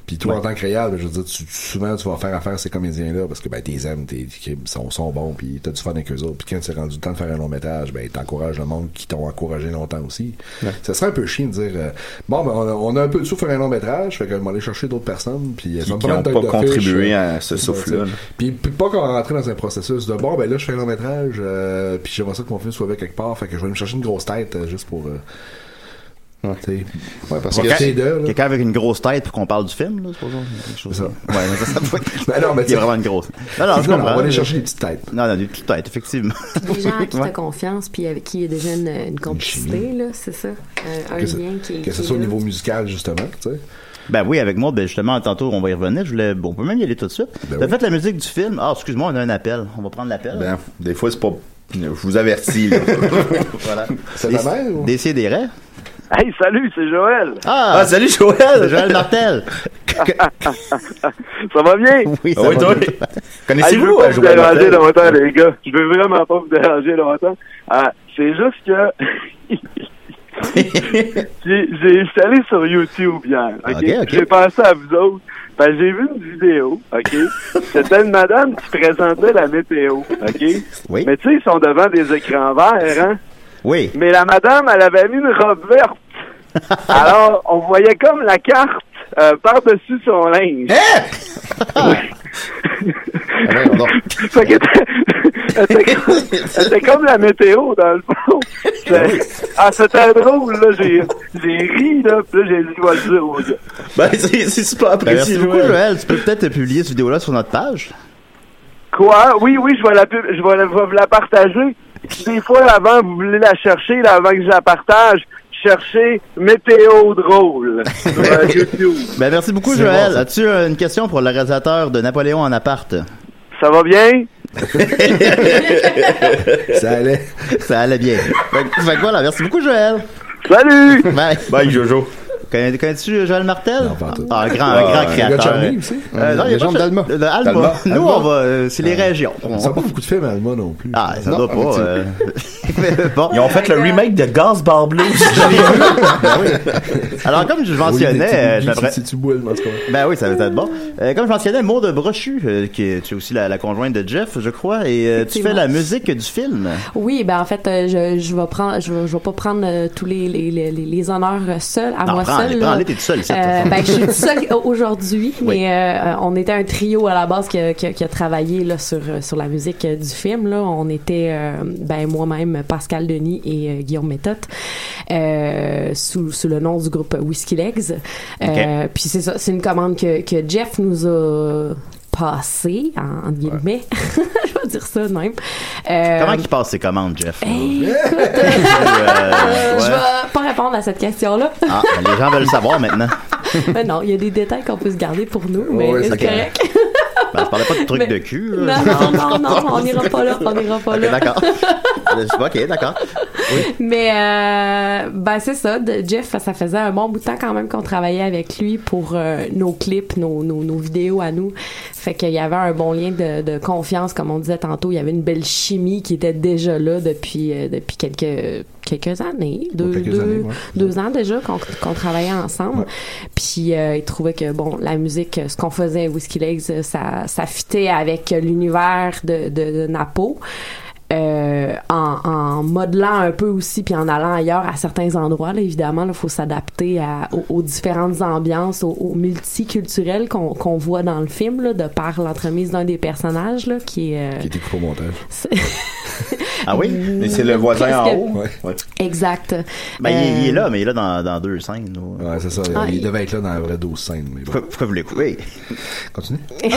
Speaker 6: Puis toi, en tant que réal, ben, je veux dire, tu, tu- souvent, tu vas faire affaire à ces comédiens-là parce que ben, t'es aimes, t'es- qu'ils sont, sont bons, puis t'as du fun avec eux autres. Puis quand c'est rendu le temps de faire un long métrage, ben, t'encourages le monde qui t'ont encouragé longtemps aussi. Ça serait un peu chiant de dire euh, Bon, ben, on, a, on a un peu de souffle pour faire un long métrage, fait qu'on va aller chercher d'autres personnes. Puis, euh,
Speaker 4: Qui- qui ont pas contribué à ce souffle-là, là.
Speaker 6: puis, puis pas qu'on rentre dans un processus de bon, ben là, je fais un long métrage, euh, puis j'aimerais ça que mon film soit avec quelque part, fait que je vais me chercher une grosse tête euh, juste pour. Euh,
Speaker 5: Ouais.
Speaker 6: tu
Speaker 5: ouais, parce
Speaker 6: sais,
Speaker 5: que
Speaker 6: profiter d'eux, là.
Speaker 3: Quelqu'un avec une grosse tête pour qu'on parle du film, là, c'est pas ça? Quelque chose
Speaker 6: C'est ça.
Speaker 3: comme- Ouais, mais ça, ça peut
Speaker 6: Ben non, mais
Speaker 3: Il y
Speaker 6: t'sais-
Speaker 3: a vraiment une grosse. Non, non,
Speaker 6: Non, non,
Speaker 3: je
Speaker 6: on
Speaker 3: comprends.
Speaker 6: va aller chercher des petites têtes.
Speaker 3: Non, non, des petites têtes, effectivement.
Speaker 7: Des gens à qui
Speaker 3: Ouais.
Speaker 7: t'as confiance, puis avec qui il y a déjà une, une complicité, là, c'est ça? Un- un
Speaker 6: Que, ce-
Speaker 7: lien qui est.
Speaker 6: que ce
Speaker 7: qui est
Speaker 6: soit au
Speaker 7: là.
Speaker 6: niveau musical, justement, tu sais.
Speaker 3: Ben oui, avec moi, ben justement, tantôt, on va y revenir. Je voulais, bon, on peut même y aller tout de suite.
Speaker 6: Ben
Speaker 3: T'as
Speaker 6: oui.
Speaker 3: fait la musique du film. Ah, excuse-moi, on a un appel. On va prendre l'appel.
Speaker 4: Ben, des fois, c'est pas. Je vous avertis. là.
Speaker 3: voilà.
Speaker 6: C'est ta mère, ou?
Speaker 3: des rêves.
Speaker 9: Hey, salut, c'est Joël.
Speaker 3: Ah,
Speaker 4: ah, salut Joël!
Speaker 3: c'est Joël Martel.
Speaker 6: Ben,
Speaker 9: Ça va bien?
Speaker 3: Oui, ça
Speaker 4: Ah, oui,
Speaker 3: va
Speaker 4: toi.
Speaker 3: bien.
Speaker 9: Hey, je
Speaker 4: Connaissez-vous
Speaker 9: veux pas
Speaker 4: euh,
Speaker 9: vous
Speaker 4: Joël
Speaker 9: déranger
Speaker 4: Martel?
Speaker 9: longtemps, les gars. Je veux vraiment pas vous déranger longtemps. Ah, c'est juste que j'ai j'ai- je suis allé sur YouTube hier. ok?
Speaker 3: Ok, ok.
Speaker 9: J'ai pensé à vous autres. Ben, j'ai vu une vidéo, OK? C'était une madame qui présentait la météo, OK?
Speaker 3: Oui.
Speaker 9: Mais tu sais, ils sont devant des écrans verts, hein?
Speaker 3: Oui.
Speaker 9: Mais la madame, elle avait mis une robe verte. Alors, on voyait comme la carte euh, par-dessus son linge.
Speaker 3: Hein?
Speaker 5: Ah, ben, non.
Speaker 9: Fait que t'as- t'as- t'as- C'était comme la météo, dans le fond. C'est- Ah, c'était drôle, là. J'ai j'ai ri, là. Puis là, j'ai dit, je vais le dire aux gars.
Speaker 4: Ben, c'est c'est super
Speaker 3: Ben, merci
Speaker 4: apprécié,
Speaker 3: beaucoup,
Speaker 4: Joël.
Speaker 3: Joël. Tu peux peut-être publier cette vidéo-là sur notre page.
Speaker 9: Quoi? Oui, oui, je vais la, pub- je vais la, je vais vous la partager. Des fois, avant, vous voulez la chercher, là, avant que je la partage, cherchez météo drôle sur euh, YouTube.
Speaker 3: Ben, merci beaucoup,
Speaker 6: C'est
Speaker 3: Joël.
Speaker 6: bon, ça.
Speaker 3: As-tu euh, une question pour le réalisateur de Napoléon en appart?
Speaker 9: Ça va bien?
Speaker 6: ça allait.
Speaker 3: Ça allait bien. Fait, que- fait que voilà, merci beaucoup, Joël.
Speaker 9: Salut!
Speaker 3: Bye.
Speaker 4: Bye, Jojo.
Speaker 3: Connais- Connais-tu Joël Martel?
Speaker 6: Non, pas en tout.
Speaker 3: Ah, un grand,
Speaker 4: Ah,
Speaker 3: un
Speaker 4: un
Speaker 3: grand
Speaker 6: Le gars
Speaker 4: gars
Speaker 6: de
Speaker 3: créateur.
Speaker 6: Charny aussi.
Speaker 3: Euh, non, il y a
Speaker 5: Les
Speaker 3: pas
Speaker 5: gens
Speaker 3: de-
Speaker 5: d'Alma.
Speaker 3: de Alma.
Speaker 4: D'Alma.
Speaker 3: Nous,
Speaker 6: Alma.
Speaker 3: on va. euh, c'est les régions.
Speaker 6: On sent pas beaucoup de films allemands non plus.
Speaker 3: Ah, ça
Speaker 5: Non,
Speaker 3: doit pas. euh, mais bon.
Speaker 4: Ils ont fait le remake de Gasbar Blues.
Speaker 3: Ben Alors, comme je mentionnais, euh, je m'apprête-
Speaker 6: Si tu boules, en tout cas.
Speaker 3: Ben oui, ça va être bon. Euh, comme je mentionnais, Maud Brochu, euh, qui est, tu es aussi la, la conjointe de Jeff, je crois, et euh, tu fais
Speaker 7: Effectivement.
Speaker 3: la musique du film.
Speaker 7: Oui, ben en fait, euh, je, je vais prendre, je, vais- je vais pas prendre euh, tous les, les, les, les- les honneurs euh, seuls, à
Speaker 3: Non,
Speaker 7: moi
Speaker 3: prends-les,
Speaker 7: seul.
Speaker 3: prends-les, t'es tout seul ici, de toute façon.
Speaker 7: ben, je suis toute seule aujourd'hui,
Speaker 3: Oui.
Speaker 7: mais euh, euh, on était un trio à la base qui a, qui a- qui a travaillé là, sur, euh, sur la musique euh, du film. Là. On était euh, ben, moi-même, Pascal Denis et euh, Guillaume Métotte, euh, sous, sous le nom du groupe Whiskey Legs. Euh, Puis c'est ça, c'est une commande que, que Jeff nous a passée, en, entre guillemets. je vais dire ça de même. Euh,
Speaker 3: Comment qu'il passe ses commandes, Jeff?
Speaker 7: Hey, écoute,
Speaker 3: Euh,
Speaker 7: je
Speaker 3: ouais.
Speaker 7: vais pas répondre à cette question-là.
Speaker 3: Ah, ben, les gens veulent le savoir maintenant.
Speaker 7: Mais non, il y a des détails qu'on peut se garder pour nous, mais
Speaker 6: Ouais,
Speaker 7: c'est
Speaker 6: c'est
Speaker 7: correct.
Speaker 3: Ben, je parlais pas de trucs
Speaker 7: Mais-
Speaker 3: de cul.
Speaker 7: Non,
Speaker 3: là.
Speaker 7: non, non, non, on n'ira pas là, on n'ira pas
Speaker 3: Ok,
Speaker 7: là.
Speaker 3: d'accord. Je suis pas ok, d'accord.
Speaker 7: Mais euh, ben c'est ça, de- Jeff, ça faisait un bon bout de temps quand même qu'on travaillait avec lui pour euh, nos clips, nos, nos, nos vidéos à nous. Fait qu'il y avait un bon lien de, de confiance, comme on disait tantôt. Il y avait une belle chimie qui était déjà là depuis, euh, depuis quelques, quelques années, deux,
Speaker 6: quelques
Speaker 7: deux,
Speaker 6: années, ouais.
Speaker 7: deux ans déjà qu'on qu'on travaillait ensemble. Puis euh, il trouvait que bon, la musique, euh, ce qu'on faisait à Whiskey Legs, euh, ça, ça fitait avec euh, l'univers de, de, de Napo. Euh, en, en modelant un peu aussi, puis en allant ailleurs à certains endroits, là, évidemment, il faut s'adapter à- aux, aux différentes ambiances, aux, aux multiculturels qu'on qu'on voit dans le film, là, de par l'entremise d'un des personnages, là, qui est... euh,
Speaker 6: Qui était coupé au montage.
Speaker 3: Ah oui?
Speaker 4: Mais c'est le voisin en
Speaker 7: Presque.
Speaker 4: haut.
Speaker 6: Ouais.
Speaker 4: Ouais.
Speaker 7: Exact.
Speaker 3: Ben, il, est- il est
Speaker 7: Euh,
Speaker 3: là, mais il est là dans, dans deux scènes. là.
Speaker 6: Ouais, c'est ça.
Speaker 7: Ah,
Speaker 6: il,
Speaker 7: il-
Speaker 6: devait être là dans la vraie 12 scènes. Mais bon,
Speaker 3: Pourquoi, pourquoi vous les coupez?
Speaker 6: continue.
Speaker 3: Bon,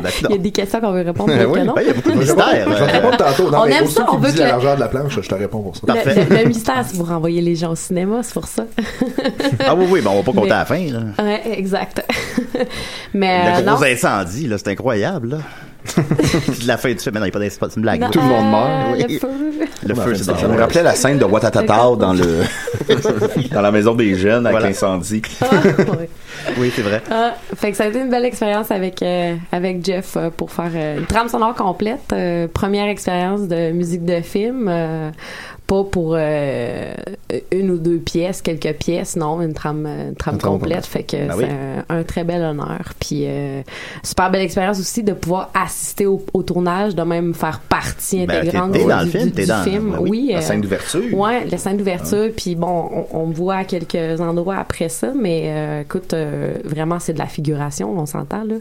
Speaker 3: ben,
Speaker 7: Il y a
Speaker 3: non.
Speaker 7: des questions qu'on veut répondre, peut-être que non.
Speaker 3: Ben, il y a beaucoup de
Speaker 6: Je vais
Speaker 3: mystères.
Speaker 6: répondre- je vais te
Speaker 3: euh,
Speaker 6: répondre tantôt. Non,
Speaker 7: On
Speaker 6: mais
Speaker 7: aime
Speaker 6: aussitôt
Speaker 7: ça,
Speaker 6: qu'il
Speaker 7: on
Speaker 6: me
Speaker 7: veut
Speaker 6: dit
Speaker 7: que
Speaker 6: la
Speaker 7: le-
Speaker 6: largeur de la planche, je te réponds pour ça.
Speaker 7: Le-
Speaker 3: Parfait.
Speaker 7: Le, le mystère, c'est pour renvoyer les gens au cinéma, c'est pour ça.
Speaker 3: Ah oui, oui, ben, on va pas compter
Speaker 7: Mais-
Speaker 3: à la fin. Là.
Speaker 7: ouais, exact. Mais euh,
Speaker 3: Le
Speaker 7: non.
Speaker 3: gros incendie, là, c'est incroyable. Là. Puis la fin du film, mais non, il n'y a pas d'incendie, c'est une blague.
Speaker 7: Non,
Speaker 3: Le,
Speaker 5: le monde meurt,
Speaker 7: euh,
Speaker 3: oui.
Speaker 7: Le feu.
Speaker 3: feu, c'est
Speaker 4: Ça
Speaker 3: dangereux.
Speaker 4: me rappelait la scène de Watatata dans le dans la maison des jeunes avec
Speaker 3: Voilà.
Speaker 4: l'incendie.
Speaker 7: Ah, ouais.
Speaker 3: Oui, c'est vrai.
Speaker 7: Ah, fait que ça a été une belle expérience avec euh, avec Jeff euh, pour faire euh, une trame sonore complète. euh, première expérience de musique de film, euh, pas pour euh, une ou deux pièces, quelques pièces, non, une trame euh, une trame
Speaker 6: Une trame
Speaker 7: complète. Fait que
Speaker 3: Ah
Speaker 7: c'est
Speaker 3: oui.
Speaker 7: un, un très bel honneur. Puis euh, super belle expérience aussi de pouvoir assister au, au tournage, de même faire partie
Speaker 3: Ben,
Speaker 7: intégrante
Speaker 3: t'es- t'es
Speaker 7: du-
Speaker 3: dans le
Speaker 7: du,
Speaker 3: film, t'es
Speaker 7: du
Speaker 3: dans-
Speaker 7: film.
Speaker 3: ben oui.
Speaker 7: oui,
Speaker 4: La
Speaker 7: euh,
Speaker 4: scène d'ouverture.
Speaker 7: Ouais, la scène d'ouverture, puis bon, on, on me voit à quelques endroits après ça, mais euh, écoute, euh, vraiment, c'est de la figuration, on s'entend, là.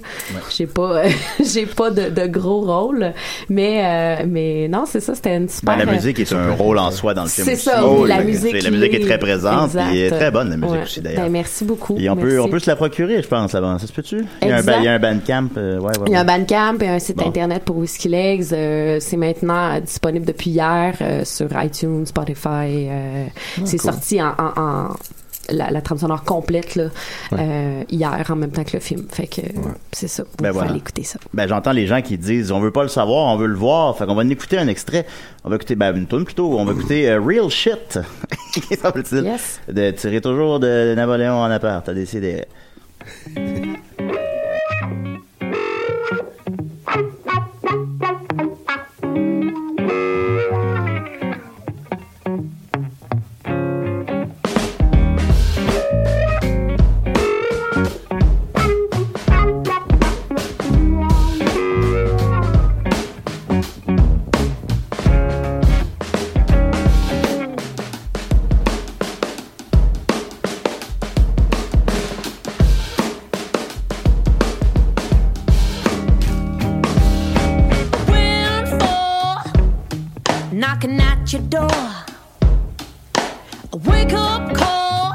Speaker 7: J'ai pas, j'ai pas de, de gros rôle, mais, euh, mais non, c'est ça, c'était une
Speaker 3: Ben,
Speaker 7: super... euh,
Speaker 3: la musique est un rôle en soi dans le film.
Speaker 7: c'est
Speaker 3: aussi.
Speaker 7: ça,
Speaker 3: Oh,
Speaker 7: oui, la
Speaker 3: oui.
Speaker 7: musique.
Speaker 3: C'est- La musique est très présente,
Speaker 7: Exact.
Speaker 3: puis elle est très bonne, la musique
Speaker 7: Ouais.
Speaker 3: aussi, d'ailleurs.
Speaker 7: Ben, merci beaucoup.
Speaker 3: Et on peut,
Speaker 7: merci.
Speaker 3: on peut se la procurer, je pense, là-bas. Ça se peut-tu? Il y a un,
Speaker 7: Exact.
Speaker 3: ba- il y a un bandcamp. euh, ouais, ouais,
Speaker 7: Il y a un
Speaker 3: ouais.
Speaker 7: Bandcamp et un site
Speaker 3: Bon.
Speaker 7: internet pour Whiskey Legs. Euh, c'est maintenant euh, disponible depuis hier euh, sur iTunes, Spotify. euh,
Speaker 3: Ah,
Speaker 7: c'est sorti en, en- en- la, la trame sonore complète là, euh, hier en même temps que le film. Fait que euh, c'est ça. Vous
Speaker 3: Ben
Speaker 7: pouvez
Speaker 3: voilà.
Speaker 7: aller écouter ça.
Speaker 3: Ben, j'entends les gens qui disent on veut pas le savoir, on veut le voir. Fait qu'on va en écouter un extrait. On va écouter ben, une tune plutôt. On va écouter euh, Real Shit. semble-t-il.
Speaker 7: Yes.
Speaker 3: De tirer toujours de Napoléon en appart. T'as décidé.
Speaker 10: windfall knocking at your door. A wake up call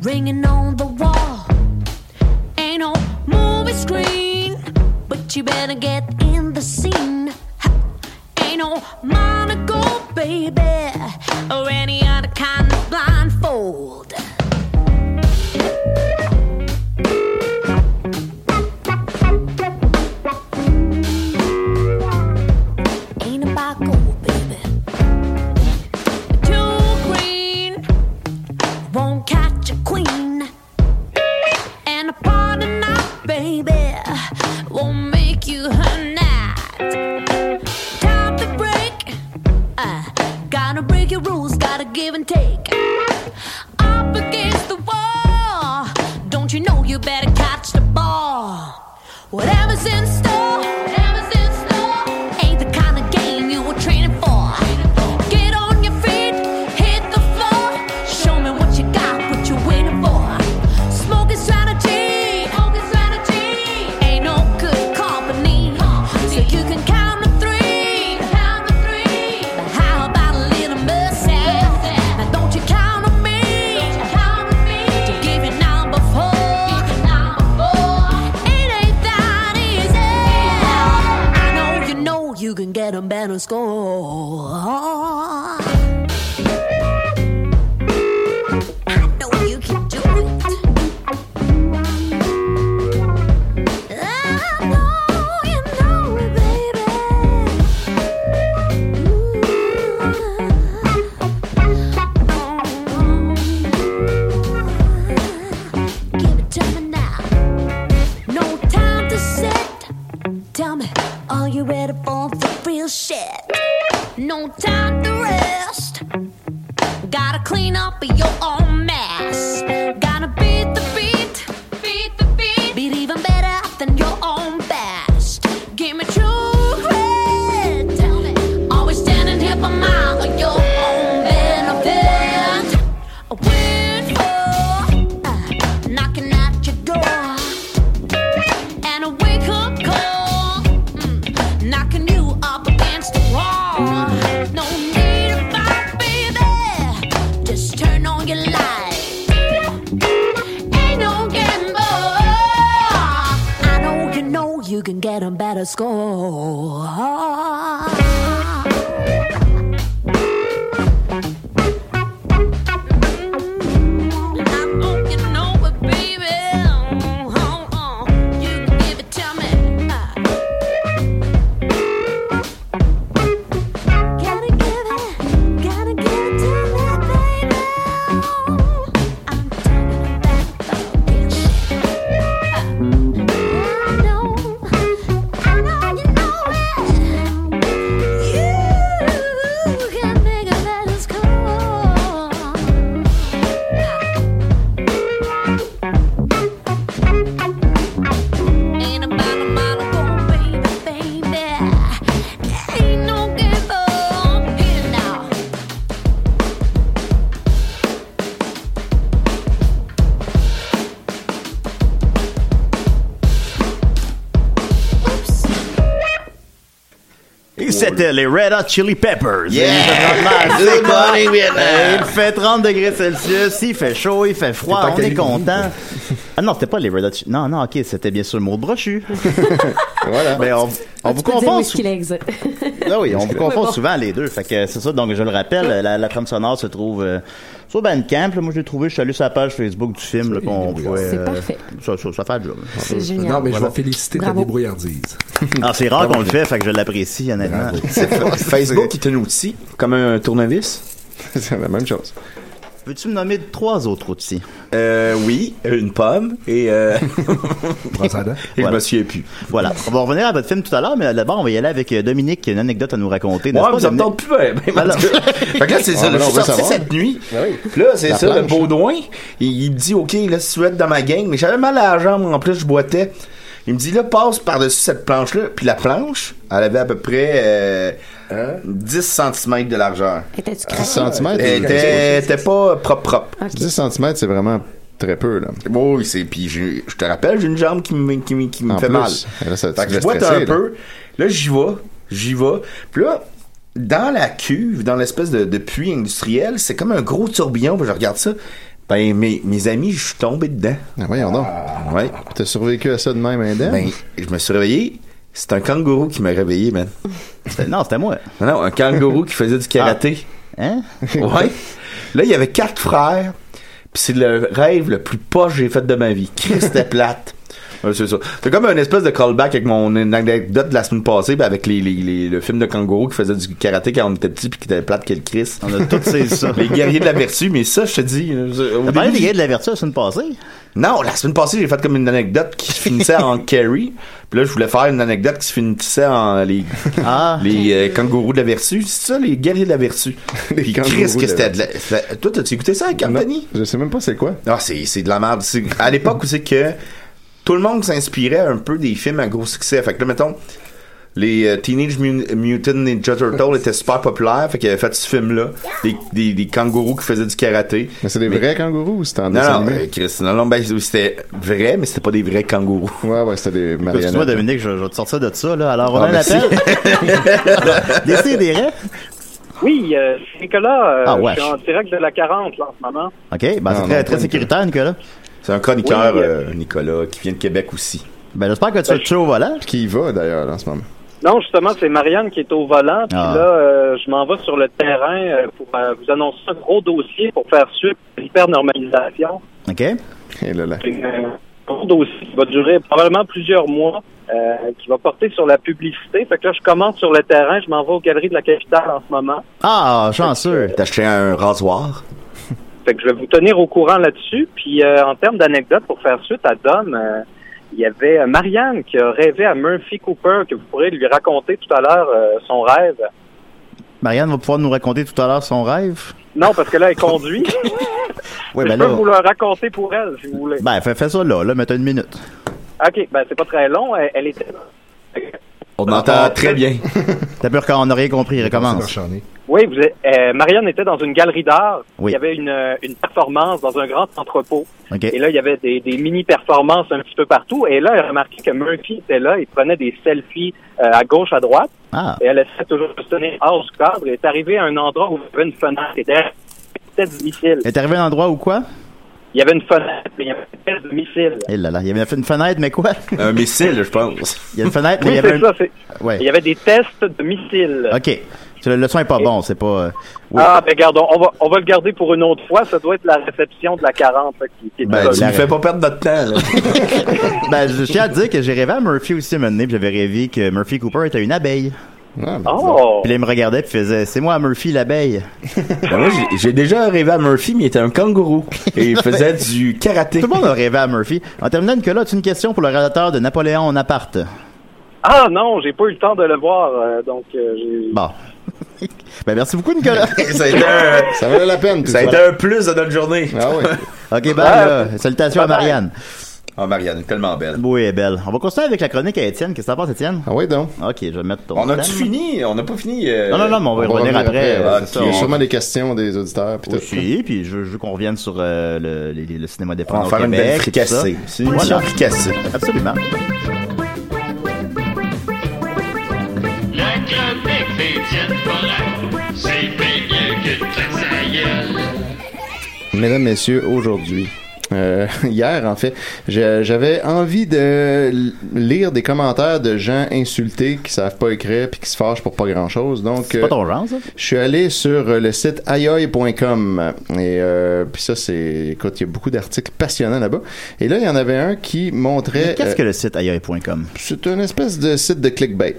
Speaker 10: ringing on the wall. Ain't no movie screen, but you better get in the scene. Ha. Ain't no monocle, baby, or any other kind of blindfold. And a party night, baby, won't make you her night. Time to break. Uh, gotta break your rules, gotta give and take. Up against the wall. Don't you know you better catch the ball? Whatever's in store. whatever's in store, ain't the kind of game you were training for. Get on your feet, hit the floor. Show me what you got, what you're waiting for. Smoking strategy, smoking strategy, ain't no good company. So you can count to three, count to three. But how about a little mercy? Now don't you count on me, count on me. To give you number four, number four. It ain't that easy. I know you know you can get a better score. I know you can do it. Give it to me now. No time to sit. Tell me, are you ready for the real shit? No time to rest. Gotta clean up your own mess. Gotta beat the beat. Beat the beat. Beat even better than your own best. Give me true credit. Tell me, always standing here for mine or your own benefit. A win for uh, knocking at your door. And a wake up call, mm, knocking you up against the wall. No need to fight, baby. Just turn on your light. Ain't no getting bored. I know you know you can get a better score. Oh, Uh. Oh, Uh. Ain't about a mile ago, baby, baby. Ain't no give up here now.
Speaker 3: Et c'était les Red Hot Chili Peppers.
Speaker 4: Yeah!
Speaker 3: C'est
Speaker 4: Good morning, Vietnam!
Speaker 3: Il fait 30 degrés Celsius, il fait chaud, il fait froid, on est content. Ah non, c'était pas les Red Hot Chili... Non, non, OK, c'était bien sûr le mot brochu. voilà. Mais on, on vous
Speaker 7: Tu peux dire
Speaker 3: confond
Speaker 7: Whiskey Legs.
Speaker 3: ah oui, on vous confond
Speaker 7: Mais bon.
Speaker 3: souvent les deux. Fait que c'est ça. Donc je le rappelle, la, la trame sonore se trouve euh, sur Bandcamp. Là, moi je l'ai trouvé. Je suis allé sur la page Facebook du film. là, qu'on pouvait,
Speaker 7: C'est
Speaker 3: euh,
Speaker 7: parfait.
Speaker 3: Ça, ça, ça fait le job.
Speaker 7: C'est génial.
Speaker 6: Non, mais je
Speaker 3: Voilà.
Speaker 6: vais féliciter ta
Speaker 7: Bravo.
Speaker 6: débrouillardise.
Speaker 3: Ah, c'est rare qu'on le fait. Fait que je l'apprécie
Speaker 4: Ah,
Speaker 3: honnêtement.
Speaker 4: Facebook est un outil, comme un tournevis.
Speaker 5: C'est la même chose.
Speaker 3: Peux-tu me nommer trois autres outils
Speaker 4: Euh, oui, une pomme et, euh,
Speaker 6: Prends ça dedans.
Speaker 4: et je
Speaker 3: Voilà.
Speaker 4: me souviens plus.
Speaker 3: Voilà. On va revenir à votre film tout à l'heure, mais d'abord on va y aller avec euh, Dominique qui a une anecdote à nous raconter. n'est-ce
Speaker 4: Moi,
Speaker 3: pas,
Speaker 4: vous
Speaker 3: Dominique?
Speaker 4: entendez plus ben, ben,
Speaker 3: Alors.
Speaker 4: en tout cas. Fait que là, c'est
Speaker 5: Ah,
Speaker 4: ça,
Speaker 5: ben
Speaker 4: là, je
Speaker 5: là, on
Speaker 4: suis
Speaker 5: veut
Speaker 4: sorti
Speaker 5: savoir.
Speaker 4: cette nuit.
Speaker 5: Ben oui.
Speaker 4: Puis Là, c'est
Speaker 5: La
Speaker 4: ça, le
Speaker 5: planche.
Speaker 4: Baudouin, il, il me dit, OK, là, si tu veux être dans ma gang, mais j'avais mal à la jambe, en plus, je boitais. Il me dit, là, passe par-dessus cette planche-là. Puis la planche, elle avait à peu près euh, 10 cm de largeur.
Speaker 7: Étais-tu
Speaker 5: 10
Speaker 7: craqué?
Speaker 5: cm.
Speaker 4: Elle était, était pas propre, propre.
Speaker 7: Ok.
Speaker 5: 10 cm, c'est vraiment très peu, là.
Speaker 4: Oui, c'est. Puis j'ai- je te rappelle, j'ai une jambe qui me, qui, me- qui me
Speaker 5: En
Speaker 4: fait
Speaker 5: plus.
Speaker 4: mal.
Speaker 5: Et là, ça-
Speaker 4: fait
Speaker 5: tu
Speaker 4: que je
Speaker 5: vas
Speaker 4: boite
Speaker 5: stresser,
Speaker 4: un peu. Là, j'y vais. J'y vais. Puis là, dans la cuve, dans l'espèce de, de puits industriel, c'est comme un gros tourbillon. Puis je regarde ça. Ben, mes, mes amis, je suis tombé dedans.
Speaker 5: Ah, voyons donc.
Speaker 4: Ouais.
Speaker 5: T'as survécu à ça de même, Indem?
Speaker 4: Ben, je me suis réveillé. C'est un kangourou qui m'a réveillé, man.
Speaker 3: C'était- Non, c'était moi.
Speaker 4: Non, non, un kangourou qui faisait du karaté.
Speaker 3: Hein
Speaker 4: Ouais. Là, il y avait quatre frères. Puis c'est le rêve le plus poche que j'ai fait de ma vie. Christ, c'était plate. Ouais, c'est ça. C'est comme un espèce de callback avec mon anecdote de la semaine passée, ben, avec les, les- les- le film de kangourou qui faisait du karaté quand on était petit puis qui était plate qu'elle Chris.
Speaker 3: On a tous ces ça.
Speaker 4: Les guerriers de la vertu, mais ça, je te dis. euh, au
Speaker 3: T'as parlé
Speaker 4: début,
Speaker 3: des gars de la vertu la semaine passée?
Speaker 4: Non, la semaine passée, j'ai fait comme une anecdote qui se finissait en Kerry. Puis là, je voulais faire une anecdote qui se finissait en les,
Speaker 3: Ah.
Speaker 4: les euh, kangourous de la vertu. C'est ça, les guerriers de la vertu. Puis
Speaker 5: kangourous
Speaker 4: Chris,
Speaker 5: de
Speaker 4: que
Speaker 5: la
Speaker 4: c'était de la... fait- Toi, t'as-tu écouté ça à Carpani?
Speaker 5: Je sais même pas c'est quoi.
Speaker 4: Ah, c'est c'est de la merde. C'est- À l'époque où c'est que tout le monde s'inspirait un peu des films à gros succès. Fait que là, mettons, les euh, Teenage Mun- Mutant Ninja Turtles étaient super populaires. Fait qu'ils avaient fait ce film-là. Des, des, des kangourous qui faisaient du karaté.
Speaker 5: Mais c'est des vrais kangourous ou c'est en dessin
Speaker 4: Non, non, euh,
Speaker 5: animé?
Speaker 4: Chris, non, non, ben, c'était vrai, mais c'était pas des vrais kangourous.
Speaker 5: Ouais, ouais, c'était des
Speaker 3: Excuse-moi,
Speaker 5: marionnettes.
Speaker 3: Dominique, je, je vais te sortir de ça, là. Alors, on
Speaker 5: Ah,
Speaker 3: a un
Speaker 5: merci.
Speaker 3: appel. Décidérez.
Speaker 9: Oui, euh, c'est Nicolas, euh,
Speaker 3: Ah, wesh.
Speaker 9: je suis en direct de la 40 là, en ce moment.
Speaker 3: OK, ben,
Speaker 5: Ah,
Speaker 3: c'est
Speaker 5: non,
Speaker 3: très, très
Speaker 5: pas
Speaker 3: sécuritaire, Nicolas.
Speaker 4: C'est un chroniqueur,
Speaker 9: Oui,
Speaker 4: euh, Nicolas, qui vient de Québec aussi.
Speaker 3: Ben, j'espère que tu vas te chaud au volant.
Speaker 5: Qui y va d'ailleurs en ce moment?
Speaker 9: Non, justement, c'est Marianne qui est au volant. Puis
Speaker 3: Ah.
Speaker 9: là, euh, je m'en vais sur le terrain euh, pour euh, vous annoncer un gros dossier pour faire suite à l'hypernormalisation.
Speaker 3: OK?
Speaker 5: Et là, là.
Speaker 9: C'est un gros dossier qui va durer probablement plusieurs mois, euh, qui va porter sur la publicité. Fait que là, je commence sur le terrain, je m'en vais aux galeries de la capitale en ce moment.
Speaker 3: Ah, chanceux.
Speaker 4: T'as acheté un rasoir?
Speaker 9: Fait que je vais vous tenir au courant là-dessus. Puis euh, en termes d'anecdote, pour faire suite à Dom, euh, il y avait euh, Marianne qui a rêvé à Murphy Cooper, que vous pourrez lui raconter tout à l'heure euh, son rêve.
Speaker 3: Marianne va pouvoir nous raconter tout à l'heure son rêve.
Speaker 9: Non, parce que là, elle conduit.
Speaker 3: Oui,
Speaker 9: je
Speaker 3: ben
Speaker 9: peux vous
Speaker 3: là.
Speaker 9: le raconter pour elle, si vous voulez.
Speaker 3: Ben, fais, fais ça là, là, mais t'as une minute.
Speaker 9: OK, ben c'est pas très long. Elle, elle était...
Speaker 4: On entend très bien.
Speaker 3: Ah, T'as peur qu'on n'a rien compris, recommence.
Speaker 6: marchandé.
Speaker 9: Oui, vous êtes- euh, Marianne était dans une galerie d'art.
Speaker 3: Oui.
Speaker 9: Il y avait une, euh, une performance dans un grand entrepôt.
Speaker 3: OK.
Speaker 9: Et là, il y avait des, des mini-performances un petit peu partout. Et là, elle a remarqué que Murphy était là. Il prenait des selfies euh, à gauche, à droite.
Speaker 3: Ah,
Speaker 9: Et elle essaie toujours de se tenir hors du cadre. Elle est arrivée à un endroit où il y avait une fenêtre. Et derrière, c'était du missile.
Speaker 3: est arrivé à un endroit ou quoi?
Speaker 9: Il y avait une fenêtre, mais il y avait du missile.
Speaker 3: Eh là là, il y avait une fenêtre, mais quoi?
Speaker 4: un missile, je pense.
Speaker 3: Il y a une fenêtre, mais
Speaker 9: Oui,
Speaker 3: il y
Speaker 9: c'est
Speaker 3: avait
Speaker 9: ça. c'est-
Speaker 3: un...
Speaker 9: Il
Speaker 3: Ouais.
Speaker 9: y avait des tests de missiles.
Speaker 3: OK. Le leçon est pas bon, c'est pas... euh, oui.
Speaker 9: Ah, ben regarde, on va, on va le garder pour une autre fois. Ça doit être la réception de la 40 là, qui, qui est
Speaker 4: Ben,
Speaker 9: là.
Speaker 4: tu nous fais pas perdre notre temps, là.
Speaker 3: Ben, je tiens à te dire que j'ai rêvé à Murphy aussi à un moment donné, puis j'avais rêvé que Murphy Cooper était une abeille.
Speaker 5: Ah, mais
Speaker 9: Oh!
Speaker 3: Puis là, il me regardait puis faisait C'est moi, Murphy l'abeille.
Speaker 4: Ben, moi, j'ai- j'ai déjà rêvé à Murphy, mais il était un kangourou. Et il faisait du karaté.
Speaker 3: Tout le monde a rêvé à Murphy. En terminant, Nicolas, as-tu une question pour le rédacteur de Napoléon en appart?
Speaker 9: Ah non, j'ai pas eu le temps de le voir, euh, donc euh, j'ai...
Speaker 3: Bon. ben, merci beaucoup, Nicolas.
Speaker 4: ça a été un,
Speaker 5: Ça valait la peine. tout
Speaker 4: ça a été un plus de notre journée.
Speaker 5: Ah oui.
Speaker 3: OK, ben, là, salutations à Marianne.
Speaker 4: Oh, Marianne, tellement belle.
Speaker 3: Oui, elle est belle. On va continuer avec la chronique à Étienne. Qu'est-ce que t'en penses, Étienne?
Speaker 5: Ah oui, donc.
Speaker 3: OK, je vais mettre ton.
Speaker 4: On a-tu
Speaker 3: thème.
Speaker 4: fini? On n'a pas fini. euh,
Speaker 3: Non, non, non, mais on va y revenir après.
Speaker 4: après, Ah,
Speaker 3: euh,
Speaker 4: ok.
Speaker 3: c'est ça,
Speaker 5: Il y a
Speaker 3: on-
Speaker 5: sûrement des questions des auditeurs. Puis tout.
Speaker 3: Aussi, puis je veux je veux qu'on revienne sur euh, le, les- les- le
Speaker 4: On
Speaker 3: cinéma
Speaker 4: va
Speaker 3: dépendant
Speaker 4: en
Speaker 3: au
Speaker 4: faire une belle
Speaker 3: Québec. et tout ça.
Speaker 4: fricassée. C'est une
Speaker 3: Voilà.
Speaker 4: petite fricassée.
Speaker 3: Absolument.
Speaker 10: La chronique d'Étienne Forain, c'est bien mieux que
Speaker 5: Mesdames, Messieurs, aujourd'hui, euh, hier en fait, j'ai- j'avais envie de l- lire des commentaires de gens insultés qui savent pas écrire puis qui se fâchent pour pas grand chose. Donc,
Speaker 3: C'est
Speaker 5: euh,
Speaker 3: pas ton genre, ça?
Speaker 5: je suis allé sur euh, le site ayoy.com et euh, puis ça c'est, écoute, il y a beaucoup d'articles passionnants là-bas. Et là, il y en avait un qui montrait.
Speaker 3: Mais Qu'est-ce
Speaker 5: euh,
Speaker 3: que le site ailleurs.com?
Speaker 5: c'est une espèce de site de clickbait.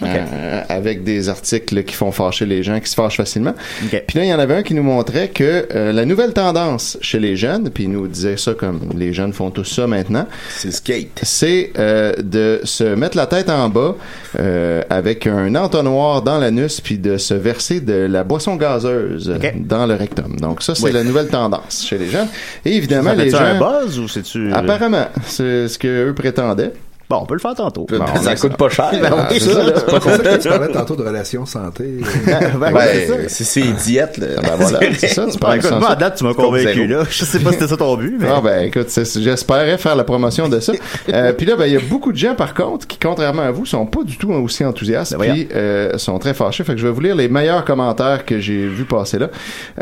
Speaker 5: Euh, avec des articles qui font fâcher les gens, qui se fâchent facilement.
Speaker 3: Ok.
Speaker 5: Puis là, il y en avait un qui nous montrait que euh, la nouvelle tendance chez les jeunes, puis il nous disait ça comme les jeunes font tout ça maintenant,
Speaker 4: C'est skate.
Speaker 5: c'est euh, de se mettre la tête en bas euh, avec un entonnoir dans l'anus, puis de se verser de la boisson gazeuse
Speaker 3: Ok.
Speaker 5: dans le rectum. Donc ça, c'est
Speaker 3: Oui.
Speaker 5: la nouvelle tendance chez les jeunes. Et évidemment,
Speaker 3: Ça
Speaker 5: les
Speaker 3: fait-tu
Speaker 5: gens...
Speaker 3: un buzz ou
Speaker 4: Euh,
Speaker 3: c'est-tu. euh,
Speaker 5: Apparemment, c'est ce que eux prétendaient.
Speaker 3: Bon, on peut le faire tantôt.
Speaker 5: Bon,
Speaker 4: ça coûte pas cher.
Speaker 5: Ah, c'est ça, là.
Speaker 6: Ben C'est pour ça que tu parlais tantôt de relations santé.
Speaker 3: Ben, hein. ouais, c'est ça.
Speaker 4: Ben, si c'est diète, là.
Speaker 5: Ben voilà, c'est ça, tu
Speaker 3: Ben,
Speaker 5: parles
Speaker 3: écoute,
Speaker 5: sans
Speaker 3: moi, à
Speaker 5: ça.
Speaker 3: date, tu m'as
Speaker 4: comptes
Speaker 3: convaincu,
Speaker 4: zéro.
Speaker 3: là. Je sais pas si c'était ça ton but, mais.
Speaker 5: Ah ben écoute, c'est- j'espérais faire la promotion de ça. Euh, puis là, ben il y a beaucoup de gens par contre qui, contrairement à vous, sont pas du tout aussi enthousiastes,
Speaker 3: Ben, voyons.
Speaker 5: puis euh, sont très fâchés. Fait que je vais vous lire les meilleurs commentaires que j'ai vu passer là.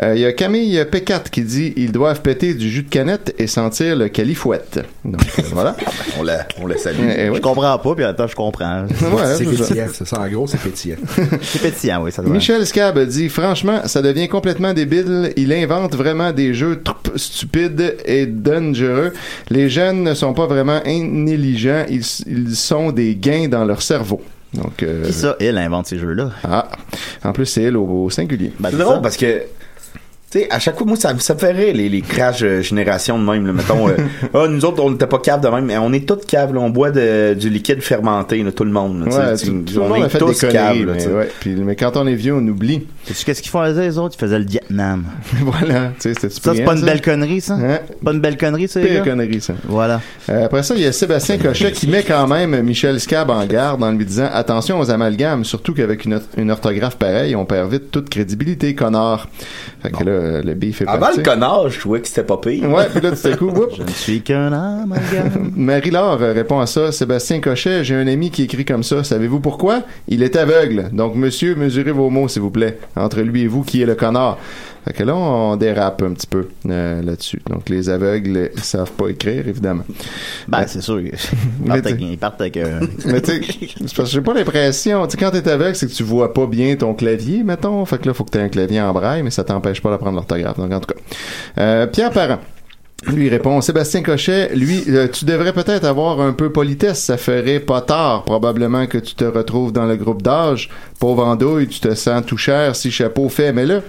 Speaker 5: Euh, Il y a Camille P4 qui dit ils doivent péter du jus de canette et sentir le califouette. Donc euh, voilà.
Speaker 4: On la, on la salue.
Speaker 5: eh oui.
Speaker 3: Je comprends pas, puis en même temps, je comprends.
Speaker 5: Ouais,
Speaker 6: c'est
Speaker 5: c'est ça.
Speaker 6: pétillant, c'est ça. En gros, c'est pétillant.
Speaker 3: C'est pétillant, oui, ça doit
Speaker 5: Michel Scab dit franchement, ça devient complètement débile. Il invente vraiment des jeux trop stupides et dangereux. Les jeunes ne sont pas vraiment intelligents. Ils, ils sont des gains dans leur cerveau. Donc euh,
Speaker 3: Qui ça, il invente ces jeux-là?
Speaker 5: ah, en plus c'est elle au, au singulier.
Speaker 3: Ben,
Speaker 4: C'est
Speaker 3: ça.
Speaker 4: drôle parce que. Tu sais, à chaque fois, moi, ça, me- ça me fait rire, les, les crashs euh, générations de même, là. Mettons, euh, ah, nous autres, on n'était pas caves de même, mais on est toutes caves, là. On boit de- du liquide fermenté, là, tout le monde, là, tu sais,
Speaker 5: Ouais,
Speaker 4: tu-
Speaker 5: tout, tout le
Speaker 4: on
Speaker 5: monde a
Speaker 4: est
Speaker 5: fait des
Speaker 4: tous
Speaker 5: conneries,
Speaker 4: caves, là, tu
Speaker 5: mais,
Speaker 4: sais.
Speaker 5: ouais. Puis- mais quand on est vieux, on oublie.
Speaker 3: Sais-tu qu'est-ce qu'ils faisaient, les autres? Ils faisaient le Vietnam.
Speaker 5: voilà, tu sais, c'était
Speaker 3: Ça, c'est
Speaker 5: brillant,
Speaker 3: pas une
Speaker 5: ça.
Speaker 3: belle connerie, ça?
Speaker 5: Hein?
Speaker 3: Pas une belle connerie, ça? les
Speaker 5: Pire
Speaker 3: gars?
Speaker 5: connerie, ça.
Speaker 3: Voilà.
Speaker 5: Euh, après ça, il y a Sébastien Cochet qui met quand même Michel Scab en garde en lui disant attention aux amalgames, surtout qu'avec une, or- une orthographe pareille, on perd vite toute crédibilité, connard. Fait que là, le bif est
Speaker 4: Avant
Speaker 5: parti.
Speaker 4: le connard, je trouvais que c'était pas pire.
Speaker 5: Ouais, puis là, tout à coup, whoop.
Speaker 3: Je ne suis qu'un homme, regarde.
Speaker 5: Marie-Laure euh, répond à ça. Sébastien Cochet, j'ai un ami qui écrit comme ça. Savez-vous pourquoi? Il est aveugle. Donc, monsieur, mesurez vos mots, s'il vous plaît. Entre lui et vous, qui est le connard? Fait que là, on dérape un petit peu euh, là-dessus. Donc, les aveugles ils savent pas écrire, évidemment.
Speaker 3: Ben, c'est sûr. que- Ils partent avec- ils partent avec... euh,
Speaker 5: Mais tu sais, c'est parce que j'ai pas l'impression. Tu sais, quand t'es aveugle, c'est que tu vois pas bien ton clavier, mettons. Fait que là, faut que t'aies un clavier en braille, mais ça t'empêche pas d'apprendre l'orthographe. Donc, en tout cas. Euh, Pierre Parent. Lui il répond Sébastien Cochet, lui, euh, tu devrais peut-être avoir un peu politesse, ça ferait pas tard probablement que tu te retrouves dans le groupe d'âge. Pauvre andouille, tu te sens tout cher si chapeau fait, mais là.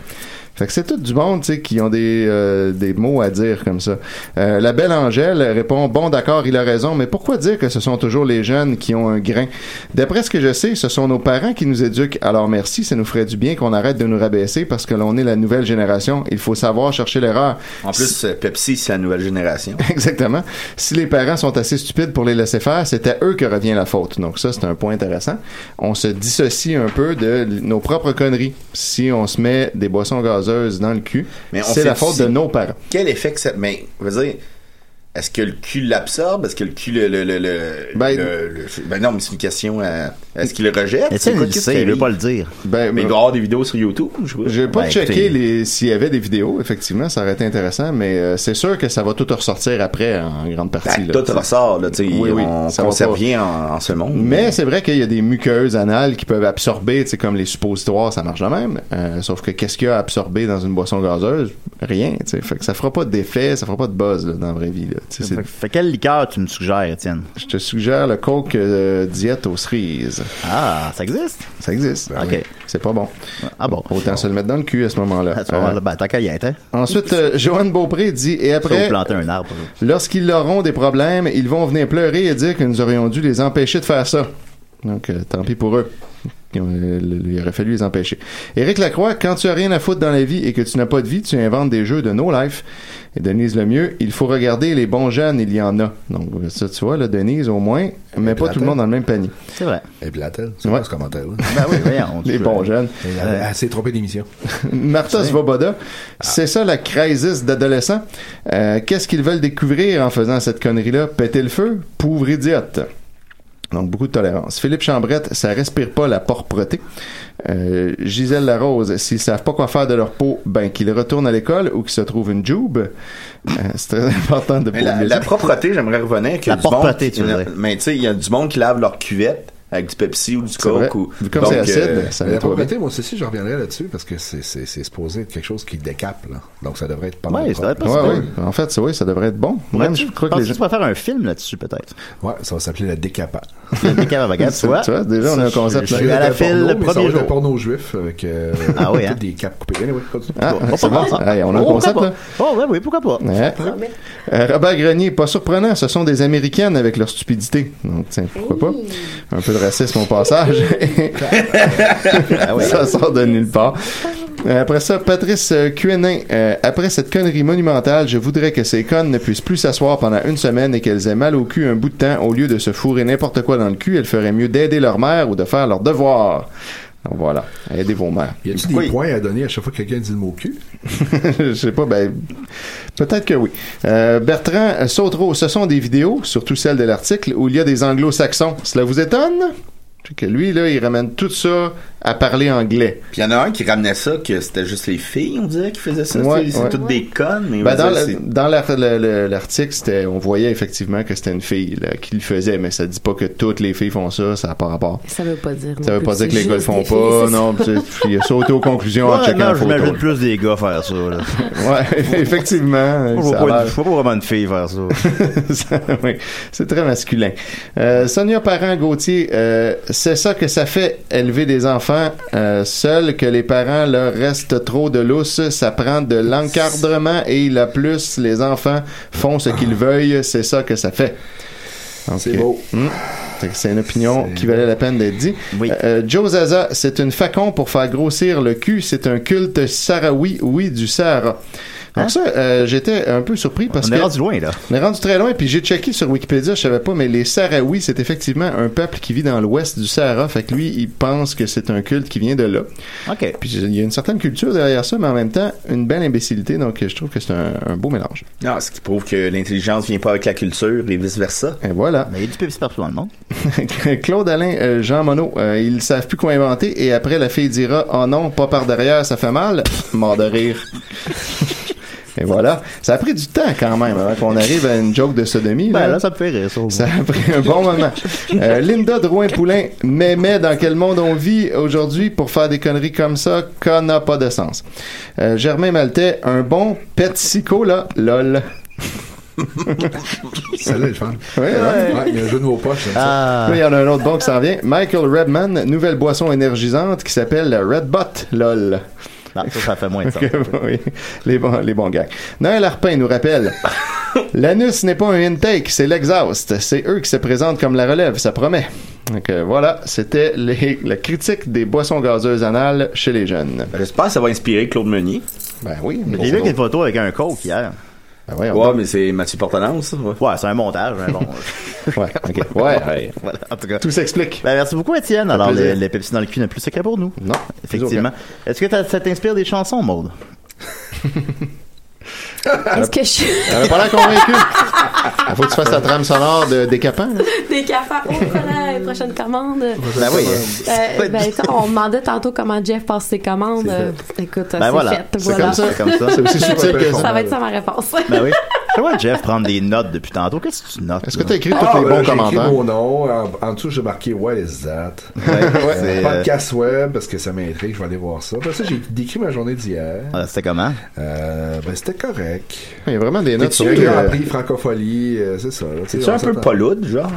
Speaker 5: Fait que c'est tout du monde, tu sais, qui ont des, euh, des mots à dire comme ça. Euh, la belle Angèle répond Bon, d'accord, il a raison, mais pourquoi dire que ce sont toujours les jeunes qui ont un grain D'après ce que je sais, ce sont nos parents qui nous éduquent. Alors merci, ça nous ferait du bien qu'on arrête de nous rabaisser parce que l'on est la nouvelle génération. Il faut savoir chercher l'erreur.
Speaker 4: En plus, euh, Pepsi, c'est la nouvelle génération.
Speaker 5: Exactement. Si les parents sont assez stupides pour les laisser faire, c'est à eux que revient la faute. Donc ça, c'est un point intéressant. On se dissocie un peu de l- nos propres conneries. Si on se met des boissons gazeuses dans le cul,
Speaker 4: Mais on
Speaker 5: c'est la
Speaker 4: fait
Speaker 5: faute
Speaker 4: aussi-
Speaker 5: de nos parents.
Speaker 4: Quel effet que ça. Mais, je veux dire, est-ce que le cul l'absorbe? Est-ce que le cul le. le, le, le-
Speaker 5: Ben-
Speaker 4: le- le- ben non, mais c'est une question. euh, est-ce qu'il le rejette?
Speaker 3: Mais tu sais,
Speaker 4: quoi
Speaker 3: il le
Speaker 4: qui
Speaker 3: sait, il
Speaker 4: arrive?
Speaker 3: veut pas le dire.
Speaker 5: Ben,
Speaker 4: Mais il doit y avoir des vidéos sur YouTube, je vois.
Speaker 5: J'ai pas
Speaker 3: Ben,
Speaker 5: checké
Speaker 3: écoutez-
Speaker 5: les- s'il y avait des vidéos, effectivement, ça aurait été intéressant, mais euh, c'est sûr que ça va tout ressortir après en grande partie.
Speaker 4: Ben,
Speaker 5: là.
Speaker 4: tout ressort, là, tu sais.
Speaker 5: Oui, oui,
Speaker 4: on
Speaker 5: ça va
Speaker 4: conserve
Speaker 5: pas.
Speaker 4: rien en, en ce monde.
Speaker 5: Mais c'est vrai qu'il y a des muqueuses anales qui peuvent absorber, tu sais, comme les suppositoires, ça marche de même. Euh, sauf que qu'est-ce qu'il y a à absorber dans une boisson gazeuse? Rien, tu sais. Fait que ça fera pas d'effet, ça fera pas de buzz, là, dans la vraie vie, là. Tu sais,
Speaker 3: Fait,
Speaker 5: c'est-
Speaker 3: fait quelle liqueur tu me suggères, Étienne?
Speaker 5: Je te suggère le coke euh, diète aux cerises.
Speaker 3: Ah, ça existe?
Speaker 5: Ça existe. ben
Speaker 3: Ok.
Speaker 5: oui. C'est pas bon.
Speaker 3: Ah bon.
Speaker 5: Autant se le mettre dans le cul à ce moment-là.
Speaker 3: À ce moment-là,
Speaker 5: Euh,
Speaker 3: ben, tant qu'à y être, hein?
Speaker 5: ensuite, euh, Johan Beaupré dit, et
Speaker 3: Ça, vous
Speaker 5: après,
Speaker 3: planter un arbre.
Speaker 5: Lorsqu'ils auront des problèmes, ils vont venir pleurer et dire que nous aurions dû les empêcher de faire ça. Donc, euh, tant pis pour eux. Ils ont- euh, le- Il aurait fallu les empêcher. Éric Lacroix, quand tu as rien à foutre dans la vie et que tu n'as pas de vie, tu inventes des jeux de no life. Et Denise Lemieux, il faut regarder les bons jeunes, il y en a. Donc, euh, ça, tu vois, là, Denise, au moins, mais pas tout le monde dans le même panier.
Speaker 3: C'est vrai.
Speaker 6: Et Blatel, c'est
Speaker 5: Ouais.
Speaker 6: quoi ce commentaire-là?
Speaker 3: Ben oui, voyons.
Speaker 5: Les bons jeunes. Euh,
Speaker 6: Elle avait assez trompé d'émission. Ah.
Speaker 5: Martha Svoboda, c'est ça la crisis d'adolescents. Euh, Qu'est-ce qu'ils veulent découvrir en faisant cette connerie-là? Péter le feu? Pauvre idiote. Donc, beaucoup de tolérance. Philippe Chambrette, ça respire pas la propreté. Euh, Gisèle Larose, s'ils savent pas quoi faire de leur peau, ben qu'ils retournent à l'école ou qu'ils se trouvent une joube. Euh, c'est très important de
Speaker 4: Mais la,
Speaker 5: oublier
Speaker 4: la
Speaker 5: ça.
Speaker 4: propreté, j'aimerais revenir. Que
Speaker 3: La
Speaker 4: du monde- Euh,
Speaker 3: propreté, tu veux dire.
Speaker 4: Mais tu sais, il y a du monde qui lave leur cuvette avec du Pepsi ou du
Speaker 5: C'est vrai.
Speaker 4: Coke. Ou...
Speaker 5: Vu Comme c'est
Speaker 4: Donc,
Speaker 5: acide,
Speaker 4: euh,
Speaker 5: ça
Speaker 6: Mais
Speaker 5: va
Speaker 6: la
Speaker 5: trop bien.
Speaker 6: propriété, moi aussi, je reviendrai là-dessus parce que c'est- c'est c'est supposé être quelque chose qui décape, là. Donc ça devrait être pas mal.
Speaker 3: Ouais, ça devrait
Speaker 6: propre.
Speaker 3: pas
Speaker 5: Ouais,
Speaker 3: se
Speaker 5: ouais. En fait, ça, oui, ça devrait être bon. Même, je crois que les
Speaker 3: tu
Speaker 5: gens...
Speaker 3: pourrais faire un film là-dessus, peut-être.
Speaker 6: Ouais, ça va s'appeler le décapant.
Speaker 3: Des caves à baguettes,
Speaker 5: Tu vois, déjà, on a un concept
Speaker 3: Je
Speaker 5: là.
Speaker 3: suis à la file le premier
Speaker 6: un
Speaker 3: jour.
Speaker 6: porno juif avec euh,
Speaker 3: Ah oui, hein?
Speaker 6: des capes coupées. Anyway, continue.
Speaker 5: Ah, c'est bon. Hey, on a un
Speaker 3: Oh,
Speaker 5: concept,
Speaker 3: pourquoi
Speaker 5: là.
Speaker 3: pas? Oh, ouais, oui, pourquoi pas?
Speaker 5: Ouais. Euh, Robert Grenier, pas surprenant, ce sont des Américaines avec leur stupidité. Donc, tiens, pourquoi pas? Un peu de racisme au passage. Ça sort de nulle part. Euh, Après ça, Patrice euh, Cuenin. euh, après cette connerie monumentale, je voudrais que ces connes ne puissent plus s'asseoir pendant une semaine et qu'elles aient mal au cul un bout de temps au lieu de se fourrer n'importe quoi dans le cul. Elles feraient mieux d'aider leur mère ou de faire leur devoir. Donc, voilà. Aidez vos mères.
Speaker 6: Y a-tu
Speaker 4: Oui.
Speaker 6: des points à donner à chaque fois que quelqu'un dit le mot cul?
Speaker 5: je sais pas, ben, peut-être que oui. Euh, Bertrand euh, Sautreau, ce sont des vidéos, surtout celles de l'article, où il y a des anglo-saxons. Cela vous étonne? C'est que lui, là, il ramène tout ça à parler anglais.
Speaker 4: Puis il y en a un qui ramenait ça, que c'était juste les filles, on dirait, qui faisaient ça.
Speaker 5: Ouais,
Speaker 4: c'est c'est
Speaker 5: ouais.
Speaker 4: toutes des connes, mais
Speaker 5: Ben,
Speaker 4: on
Speaker 5: dans
Speaker 4: dirait
Speaker 5: le-
Speaker 4: que
Speaker 5: dans la- le- le- l'article, c'était, on voyait effectivement que c'était une fille là, qui le faisait, mais ça dit pas que toutes les filles font ça, ça n'a pas rapport.
Speaker 7: Ça veut pas dire.
Speaker 5: Ça veut pas dire que les gars le font pas, non. tu sais, puis Il a sauté aux conclusions en
Speaker 3: Ouais,
Speaker 5: checkant
Speaker 3: non,
Speaker 5: la photo.
Speaker 3: j'imagine plus des gars faire ça. Là.
Speaker 5: Ouais, effectivement.
Speaker 3: Moi, je vois
Speaker 5: ça a
Speaker 3: pas,
Speaker 5: l'air-
Speaker 3: une- je vois pas vraiment une fille faire ça.
Speaker 5: Ça, oui, c'est très masculin. Euh, Sonia Parent Gauthier, euh, c'est ça que ça fait élever des enfants euh, seuls, que les parents leur restent trop de lousse, ça prend de l'encadrement et la plus les enfants font ce qu'ils veuillent, c'est ça que ça fait. Donc,
Speaker 6: C'est
Speaker 5: euh,
Speaker 6: beau.
Speaker 5: hmm, fait que C'est une opinion qui valait la peine d'être dit.
Speaker 3: Oui.
Speaker 5: Euh, Joe Zaza, c'est une facon pour faire grossir le cul. C'est un culte sahraoui, oui, du Sahara. Donc ça, euh, j'étais un peu surpris parce
Speaker 3: Hein? On
Speaker 5: que...
Speaker 3: est rendu loin, là.
Speaker 5: On est rendu très loin, puis j'ai checké sur Wikipédia, je savais pas, mais les Sahraouis, c'est effectivement un peuple qui vit dans l'ouest du Sahara, fait que lui, il pense que c'est un culte qui vient de là.
Speaker 3: OK.
Speaker 5: Puis il y a une certaine culture derrière ça, mais en même temps, une belle imbécilité, donc je trouve que c'est un, un beau mélange.
Speaker 4: c'est- Non, Ah, ce qui prouve que l'intelligence vient pas avec la culture et vice-versa.
Speaker 5: Et voilà.
Speaker 3: Mais il y a du pépsi partout dans le monde.
Speaker 5: Claude Alain, euh, Jean Monod, euh, ils savent plus quoi inventer, et après, la fille dira « Oh non, pas par derrière, ça fait mal. » Mort de rire. Et voilà. Ça a pris du temps quand même avant qu'on arrive à une joke de sodomie.
Speaker 3: Ben
Speaker 5: là.
Speaker 3: là, ça me fait rire, ça. au
Speaker 5: Ça a pris un bon moment. Euh, Linda Drouin-Poulain, mémé dans quel monde on vit aujourd'hui pour faire des conneries comme ça, qu'on n'a pas de sens. Euh, Germain Maltais, un bon petsico, là, lol.
Speaker 6: Celle-là est le fun.
Speaker 5: Ouais, ouais.
Speaker 6: Ouais, il y a un jeu de mots poches. j'aime ça.
Speaker 3: Ah,
Speaker 5: Là, il y en a un autre bon qui s'en vient. Michael Redman, nouvelle boisson énergisante qui s'appelle Redbot, lol.
Speaker 3: non, ça, ça fait moins de sens.
Speaker 5: Ok, bon, oui. les, bons, les bons gars. Noël Arpin nous rappelle L'anus n'est pas un intake, c'est l'exhaust. C'est eux qui se présentent comme la relève, ça promet. Donc euh, voilà, c'était les- la critique des boissons gazeuses anales chez les jeunes.
Speaker 4: Ben, J'espère que ça va inspirer Claude Meunier.
Speaker 5: Ben oui, mais
Speaker 3: J'ai vu qu'il y a une photo avec un coke hier.
Speaker 5: Ben voyons
Speaker 4: Ouais,
Speaker 5: donc.
Speaker 4: mais c'est Mathieu Portenance, ça. ouais.
Speaker 3: Ouais, c'est un montage, mais bon.
Speaker 5: Ouais, ok. Ouais, ouais.
Speaker 3: voilà, en tout cas.
Speaker 5: Tout s'explique.
Speaker 3: Ben, merci beaucoup, Étienne. Alors,
Speaker 5: plaisir.
Speaker 3: le, le Pepsi dans le cul n'a plus de secret pour nous.
Speaker 5: Non,
Speaker 3: Effectivement. Est-ce que t'as- ça t'inspire des chansons, Maude?
Speaker 7: Est-ce que je suis
Speaker 5: Elle n'a pas l'air convaincue. Il faut que tu fasses la trame sonore de décapant. là.
Speaker 7: des cafards Oh, voilà, la prochaine commande?
Speaker 3: Ben oui.
Speaker 7: Euh, ben, t'sais, on me demandait tantôt comment Jeff passe ses commandes. Euh, Écoute, c'est
Speaker 3: voilà.
Speaker 7: fait.
Speaker 3: C'est
Speaker 7: Voilà.
Speaker 5: comme ça.
Speaker 3: C'est comme ça.
Speaker 5: C'est aussi subtil que ça.
Speaker 7: Ça va être ça ma réponse.
Speaker 3: Ben oui. Je vois Jeff prendre des notes depuis tantôt. Qu'est-ce que tu notes?
Speaker 5: Est-ce que tu as
Speaker 3: là?
Speaker 5: écrit tous
Speaker 6: Ah,
Speaker 5: les
Speaker 6: ben,
Speaker 5: bons
Speaker 6: j'ai écrit
Speaker 5: commentaires?
Speaker 6: mon nom. En, en dessous, j'ai marqué What is that?
Speaker 3: Ouais,
Speaker 6: Euh,
Speaker 3: c'est, euh,
Speaker 6: podcast web, parce que ça m'intrigue, je vais aller voir ça. Après ça, j'ai décrit ma journée d'hier.
Speaker 3: ah, C'était comment?
Speaker 6: Euh, ben, c'était correct.
Speaker 5: Il y a vraiment des notes sur
Speaker 6: J'ai
Speaker 5: le-
Speaker 6: appris francophonie, euh, c'est ça. là, tu sais,
Speaker 4: C'est
Speaker 6: on
Speaker 4: un peu
Speaker 6: s'entend-
Speaker 4: Pauloud, genre?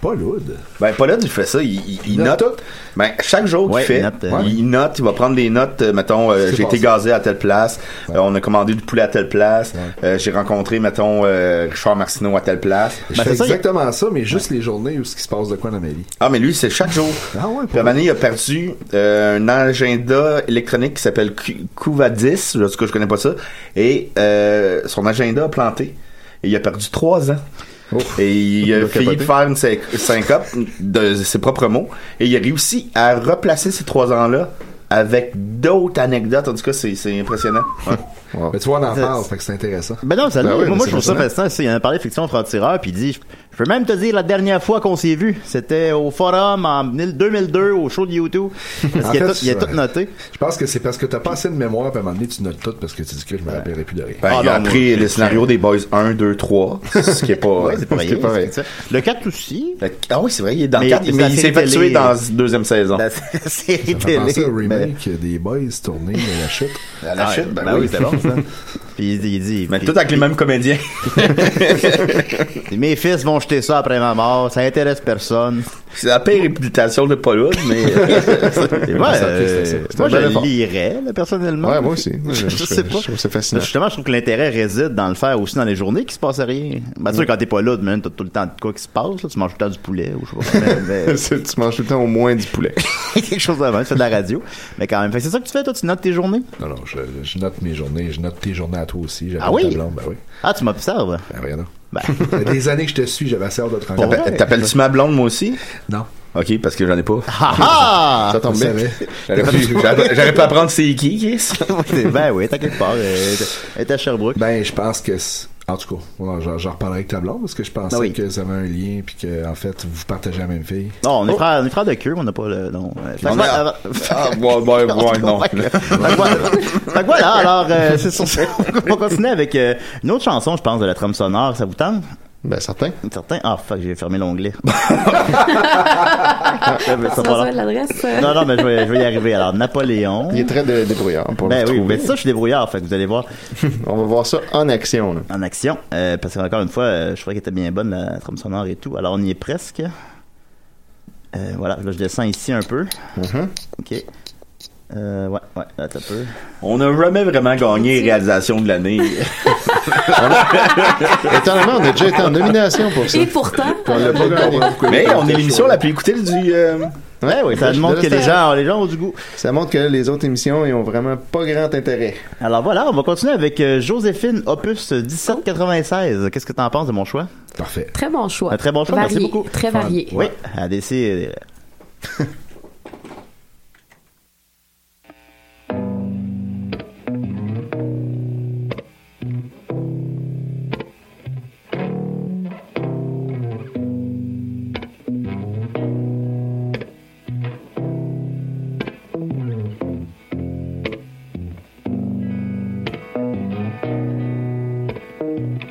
Speaker 6: Pas lourd.
Speaker 4: Ben, Pauloud, il fait ça, il, il- il
Speaker 6: note
Speaker 4: note.
Speaker 6: tout.
Speaker 4: Ben, chaque jour
Speaker 3: Ouais,
Speaker 4: qu'il fait,
Speaker 3: il note, euh,
Speaker 4: il note, il va prendre des notes, euh, mettons, euh,
Speaker 6: C'est
Speaker 4: j'ai été
Speaker 6: passé.
Speaker 4: gazé à telle place, euh, on a commandé du poulet à telle place, euh, j'ai rencontré, mettons, euh, Richard Martineau à telle place.
Speaker 6: Je
Speaker 3: Ben, c'est
Speaker 6: fais
Speaker 3: ça,
Speaker 6: exactement ça, mais juste les journées où ce qui se passe de quoi dans ma vie.
Speaker 4: Ah, mais lui, c'est chaque jour.
Speaker 6: Ah ouais,
Speaker 4: Puis à un moment donné, il a perdu euh, un agenda électronique qui s'appelle Cu- Cuvadis, en tout cas, je connais pas ça, et euh, son agenda a planté. Et il a perdu trois ans. Et il
Speaker 5: Il
Speaker 4: a
Speaker 5: a
Speaker 4: failli
Speaker 5: capoté.
Speaker 4: faire une syn- syncope de ses propres mots. Et il a réussi à replacer ces trois ans-là avec d'autres anecdotes. En tout cas, c'est c'est impressionnant. Ouais.
Speaker 6: Mais tu vois, on en
Speaker 3: C'est-
Speaker 6: parle, fait que c'est intéressant.
Speaker 3: Ben non, ça
Speaker 5: Ben
Speaker 3: l'est.
Speaker 5: oui, mais
Speaker 3: moi, moi,
Speaker 5: c'est
Speaker 3: je trouve ça
Speaker 5: fascinant.
Speaker 3: fascinant. C'est- Il en a parlé fiction franc-tireur, puis il dit, je je peux même te dire la dernière fois qu'on s'est vu. C'était au forum en 2002, au show de YouTube. Parce
Speaker 6: En
Speaker 3: qu'il a,
Speaker 6: fait,
Speaker 3: tout- il a
Speaker 6: je-
Speaker 3: tout noté.
Speaker 6: Je pense que c'est parce que t'as pas assez de mémoire, puis à un moment donné, tu notes tout parce que tu dis que je me rappellerai plus de rien.
Speaker 4: Ben,
Speaker 3: Ah
Speaker 4: il a
Speaker 3: non,
Speaker 4: appris
Speaker 3: moi,
Speaker 4: le
Speaker 3: je-
Speaker 4: scénario des Boys 1, 2, 3, ce qui est pas...
Speaker 3: Ouais, c'est pareil.
Speaker 5: c'est pareil.
Speaker 3: c'est ça. Le 4 aussi.
Speaker 4: Ah oui, c'est vrai, il est dans
Speaker 3: Mais-
Speaker 4: le cadre,
Speaker 3: mais
Speaker 4: mais
Speaker 3: la
Speaker 4: il
Speaker 3: série
Speaker 4: s'est fait
Speaker 3: télé,
Speaker 4: tuer dans
Speaker 3: euh,
Speaker 4: la deuxième saison.
Speaker 3: La série
Speaker 6: Ça fait penser
Speaker 3: télé.
Speaker 6: au
Speaker 3: Ben-
Speaker 6: remake des Boys tournés de la chute.
Speaker 4: À la
Speaker 3: Ah,
Speaker 4: chute, ben,
Speaker 3: ben
Speaker 4: oui.
Speaker 3: c'est bon ça. Puis il, il dit,
Speaker 4: Mais
Speaker 3: puis-
Speaker 4: tout avec les mêmes comédiens.
Speaker 3: mes fils vont jeter ça après ma mort, ça intéresse personne.
Speaker 4: C'est la pire réputation de Paul mais
Speaker 5: euh,
Speaker 3: Et moi,
Speaker 5: Ça,
Speaker 3: euh,
Speaker 5: c'est- c'est un
Speaker 3: moi je
Speaker 5: bel effort.
Speaker 3: lirais là, personnellement.
Speaker 5: Ouais, moi aussi. Moi,
Speaker 3: je,
Speaker 5: je- je-
Speaker 3: sais pas.
Speaker 5: je trouve ça fascinant.
Speaker 3: Justement, je trouve que l'intérêt réside dans le faire aussi dans les journées qui se passe rien. Ben, tu sais, quand t'es pas là, tu t'as tout le temps de quoi qui se passe. là. tu manges tout le temps du poulet ou je sais pas. Mais- mais-
Speaker 5: C'est- tu manges tout le temps au moins du poulet.
Speaker 3: quelque chose avant, tu fais de la radio. Mais quand même, Fait que c'est ça que tu fais, toi, tu notes tes journées.
Speaker 6: Non, non, je, je note mes journées, je note tes journées à toi aussi. j'appelle
Speaker 3: Ah oui?
Speaker 6: ta blonde, Ben oui.
Speaker 3: Ah, tu m'observes.
Speaker 6: Ben, rien, non.
Speaker 3: Ben,
Speaker 6: Ça fait des années que je te suis, j'avais assez hâte de te rencontrer.
Speaker 3: Ouais.
Speaker 4: T'appelles-tu ma blonde, moi aussi?
Speaker 6: Non.
Speaker 4: Ok, parce que j'en ai pas.
Speaker 3: ah
Speaker 5: Ça tombe
Speaker 6: Je
Speaker 5: bien.
Speaker 6: savais.
Speaker 4: J'aurais pu, j'aurais- j'aurais pu apprendre c'est qui, Chris.
Speaker 3: ah! ben oui, t'as quelque part. euh, t'es- t'es à Sherbrooke.
Speaker 6: Ben, je pense que c- En tout cas, ouais, j'en- j'en reparlerai avec ta blonde parce que je pensais
Speaker 3: Ah oui.
Speaker 6: que ça avait un lien puis que en fait vous partagez la même fille.
Speaker 3: Non, on est, frères, on est frères de queue, on n'a pas le. Non. Euh, fait que
Speaker 4: Non, mais-
Speaker 3: voilà, alors-
Speaker 4: Ah, ouais, ouais, ouais, non.
Speaker 3: Fait que- fait que voilà- fait que voilà, alors, euh, c'est sur ça. On continue avec euh, une autre chanson, je pense, de la trame sonore. Ça vous tente?
Speaker 5: Ben, certain.
Speaker 3: Certain? Ah, fuck, j'ai fermé l'onglet.
Speaker 7: Ah,
Speaker 3: Ah,
Speaker 7: Ça va, l'adresse. euh,
Speaker 3: Non, non, mais je vais, je vais y arriver. Alors, Napoléon.
Speaker 5: Il est très dé- débrouillard pour
Speaker 3: Ben
Speaker 5: le
Speaker 3: oui,
Speaker 5: trouver.
Speaker 3: mais ça, je suis débrouillard, fait que vous allez voir
Speaker 5: On va voir ça en action. là.
Speaker 3: en action. Euh, parce qu'encore une fois, euh, je trouvais qu'elle était bien bonne, la trame sonore et tout. Alors, on y est presque. Euh, voilà, là, je descends ici un peu.
Speaker 5: Mhm.
Speaker 3: OK. Euh, ouais, ouais, attends un peu.
Speaker 4: On n'a jamais vraiment gagné réalisation de l'année.
Speaker 5: Étonnamment, on a déjà été en nomination pour ça.
Speaker 7: Et pourtant,
Speaker 5: Puis on l'a pas gagné.
Speaker 4: Mais on est l'émission la plus écoutée du. euh,
Speaker 5: Ouais,
Speaker 3: Oui, ça montre que les gens, les gens ont du goût.
Speaker 5: Ça montre que les autres émissions, ils ont vraiment pas grand intérêt.
Speaker 3: Alors voilà, on va continuer avec euh, Joséphine Opus 1796. Qu'est-ce que t'en penses de mon choix?
Speaker 6: Parfait.
Speaker 7: très bon choix.
Speaker 3: Un très bon choix, merci
Speaker 7: varié,
Speaker 3: beaucoup.
Speaker 7: Très varié.
Speaker 3: Oui, ADC. euh,
Speaker 10: Thank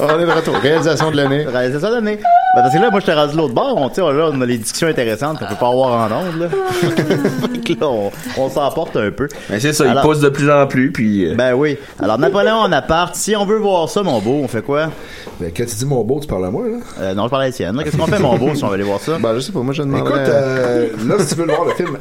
Speaker 5: On est de retour. Réalisation de l'année.
Speaker 3: C'est ça l'année. Ben, parce que là, moi, je t'ai rendu de l'autre bord. On, tu sais, là, on a les discussions intéressantes qu'on peut pas avoir en ondes.
Speaker 7: Ah.
Speaker 3: Là. Fait que là, on, on s'emporte un peu.
Speaker 4: Mais Ben, c'est ça,
Speaker 3: Alors-
Speaker 4: il pousse de plus en plus, puis. euh,
Speaker 3: Ben oui. Alors, Napoléon en appart, si on veut voir ça, mon beau, on fait quoi?
Speaker 6: Mais Ben, quand tu dis mon beau, tu parles à moi, là.
Speaker 3: Euh, non, je parle à Étienne. là. Qu'est-ce qu'on fait, mon beau, si on veut aller voir ça?
Speaker 5: Ben, je sais pas, moi, je demandais...
Speaker 6: Écoute, euh, là, si tu veux le voir, le film,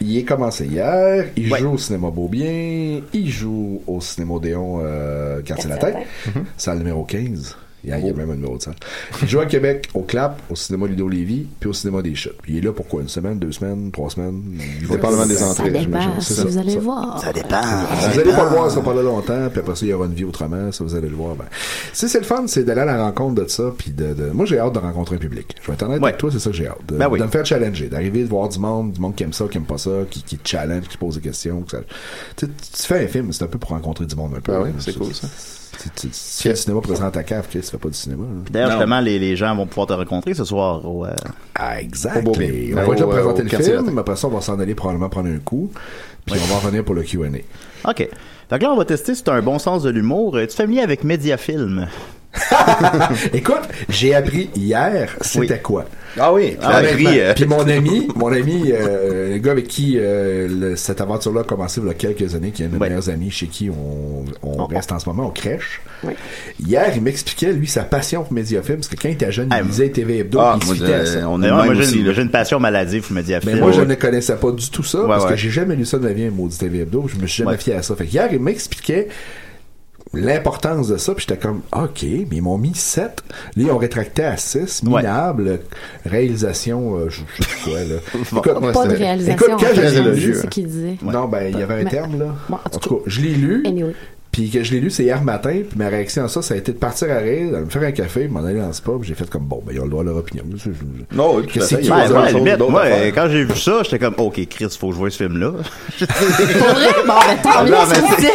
Speaker 6: il est commencé hier. Il joue au cinéma Beaubien. Il joue au cinéma Odéon euh, Quartier Latin. Mm-hmm. Salle numéro 15. Il y a, il y a même un numéro de salle. Il joue à Québec, au CLAP, au cinéma Ludo Lévy, puis au cinéma des Chutes. Il est là pour quoi Une semaine, deux semaines, trois semaines Il va
Speaker 5: Dépendamment des
Speaker 6: Ça
Speaker 5: entrées,
Speaker 6: dépend.
Speaker 5: j'imagine.
Speaker 6: C'est
Speaker 10: si
Speaker 6: ça. Ah,
Speaker 10: vous allez voir.
Speaker 3: Ça dépend.
Speaker 6: Vous allez pas le voir, ça pas là longtemps, puis après ça, il y aura une vie autrement, ça vous allez le voir. Ben, si c'est le fun, c'est d'aller à la rencontre de ça, puis de, de- Moi, j'ai hâte de rencontrer un public. Je vais être honnête
Speaker 3: Ouais.
Speaker 6: avec toi, c'est ça que j'ai hâte. De,
Speaker 3: Ben oui.
Speaker 6: de me faire challenger, d'arriver de voir du monde, du monde qui aime ça, qui aime pas ça, qui, qui te challenge, qui pose des questions. que ça- Tu, sais, tu fais un film, c'est un peu pour rencontrer du monde un peu.
Speaker 5: Ah oui,
Speaker 6: Hein,
Speaker 5: c'est cool, ça.
Speaker 6: Tu- tu- Si tu fais du cinéma présent à ta cave, Chris, tu fais pas du cinéma. hein. là.
Speaker 3: D'ailleurs, justement, les, les gens vont pouvoir te rencontrer ce soir. au, euh,
Speaker 6: Ah,
Speaker 5: Au
Speaker 6: exact. euh,
Speaker 5: beau bien.
Speaker 6: Et On
Speaker 5: Ben,
Speaker 6: va être là pour
Speaker 5: au- au
Speaker 6: présenter le
Speaker 5: quartier
Speaker 6: film,
Speaker 5: latin.
Speaker 6: mais après ça, on va s'en aller probablement prendre un coup, puis on va revenir pour le Q&A.
Speaker 3: OK. Fait que là, on va tester si tu un bon sens de l'humour. Es-tu familier avec Mediafilm?
Speaker 6: Écoute, j'ai appris hier, c'était
Speaker 3: Oui.
Speaker 6: quoi?
Speaker 4: Ah oui, puis
Speaker 6: Ah,
Speaker 4: la
Speaker 6: honnêtement.
Speaker 4: grille, euh,
Speaker 6: Puis mon ami, mon ami, euh, le gars avec qui euh, le- cette aventure-là a commencé il y a quelques années, qui est un de mes
Speaker 3: Ouais.
Speaker 6: meilleurs amis chez qui on, on
Speaker 3: Oh,
Speaker 6: reste en ce moment, on crèche.
Speaker 7: Ouais.
Speaker 6: Hier, il m'expliquait, lui, sa passion pour Mediafilm, parce que quand il était jeune,
Speaker 3: Ah,
Speaker 6: il lisait TV Hebdo,
Speaker 4: Ah,
Speaker 6: puis il
Speaker 4: moi,
Speaker 6: se fitait à
Speaker 4: euh,
Speaker 6: ça.
Speaker 4: on est
Speaker 3: D'ailleurs, moi,
Speaker 4: même
Speaker 3: j'ai
Speaker 4: aussi.
Speaker 3: une-
Speaker 4: là.
Speaker 3: j'ai une, passion maladive pour
Speaker 6: Mais
Speaker 3: Mediafilm.
Speaker 6: Ben, moi, je
Speaker 3: Ouais.
Speaker 6: ne connaissais pas du tout ça,
Speaker 3: Ouais,
Speaker 6: parce
Speaker 3: ouais.
Speaker 6: que j'ai jamais lu ça de ma vie, un maudit TV Hebdo, je me suis jamais
Speaker 3: Ouais.
Speaker 6: fié à ça. Fait que hier, il m'expliquait l'importance de ça, puis j'étais comme, OK, mais ils m'ont mis 7. Là, ils ont rétracté à 6,
Speaker 3: Ouais.
Speaker 6: minable, réalisation, euh, je je sais plus quoi, là. Écoute,
Speaker 5: ouais,
Speaker 6: c'est-
Speaker 5: c'est
Speaker 10: Pas de
Speaker 5: vrai.
Speaker 10: réalisation.
Speaker 6: Écoute, quand
Speaker 10: en fait,
Speaker 6: j'ai
Speaker 10: on dit
Speaker 5: élogieux,
Speaker 10: ce
Speaker 5: hein.
Speaker 10: qu'il disait.
Speaker 6: Non, ben, il y avait un
Speaker 10: Mais-
Speaker 6: terme, là.
Speaker 10: Bon,
Speaker 6: en tout cas, je l'ai lu.
Speaker 10: Anyway.
Speaker 6: Puis que je l'ai lu, c'est hier matin, puis ma réaction à ça, ça a été de partir à rire, de me faire un café, m'en aller dans le spa, puis j'ai fait comme, bon, ben, ils ont le droit à leur opinion. Je- je- je-
Speaker 4: Non, oui, tout à
Speaker 6: Qu'est-ce
Speaker 4: fait,
Speaker 6: qu'il
Speaker 4: il y
Speaker 6: y
Speaker 4: a
Speaker 6: a
Speaker 4: pas
Speaker 3: Ouais,
Speaker 6: Ils ont
Speaker 4: grand
Speaker 3: ouais,
Speaker 4: chose
Speaker 3: limite,
Speaker 4: d'autre
Speaker 3: moi,
Speaker 4: à faire.
Speaker 3: euh, quand j'ai vu ça, j'étais comme, OK, Chris, faut que je voie ce film-là.
Speaker 10: Pour vrai? Bon, ben, tant
Speaker 3: Ah,
Speaker 10: mieux,
Speaker 3: non,
Speaker 10: c'est
Speaker 3: mais
Speaker 10: pour
Speaker 3: c'est-
Speaker 10: dire.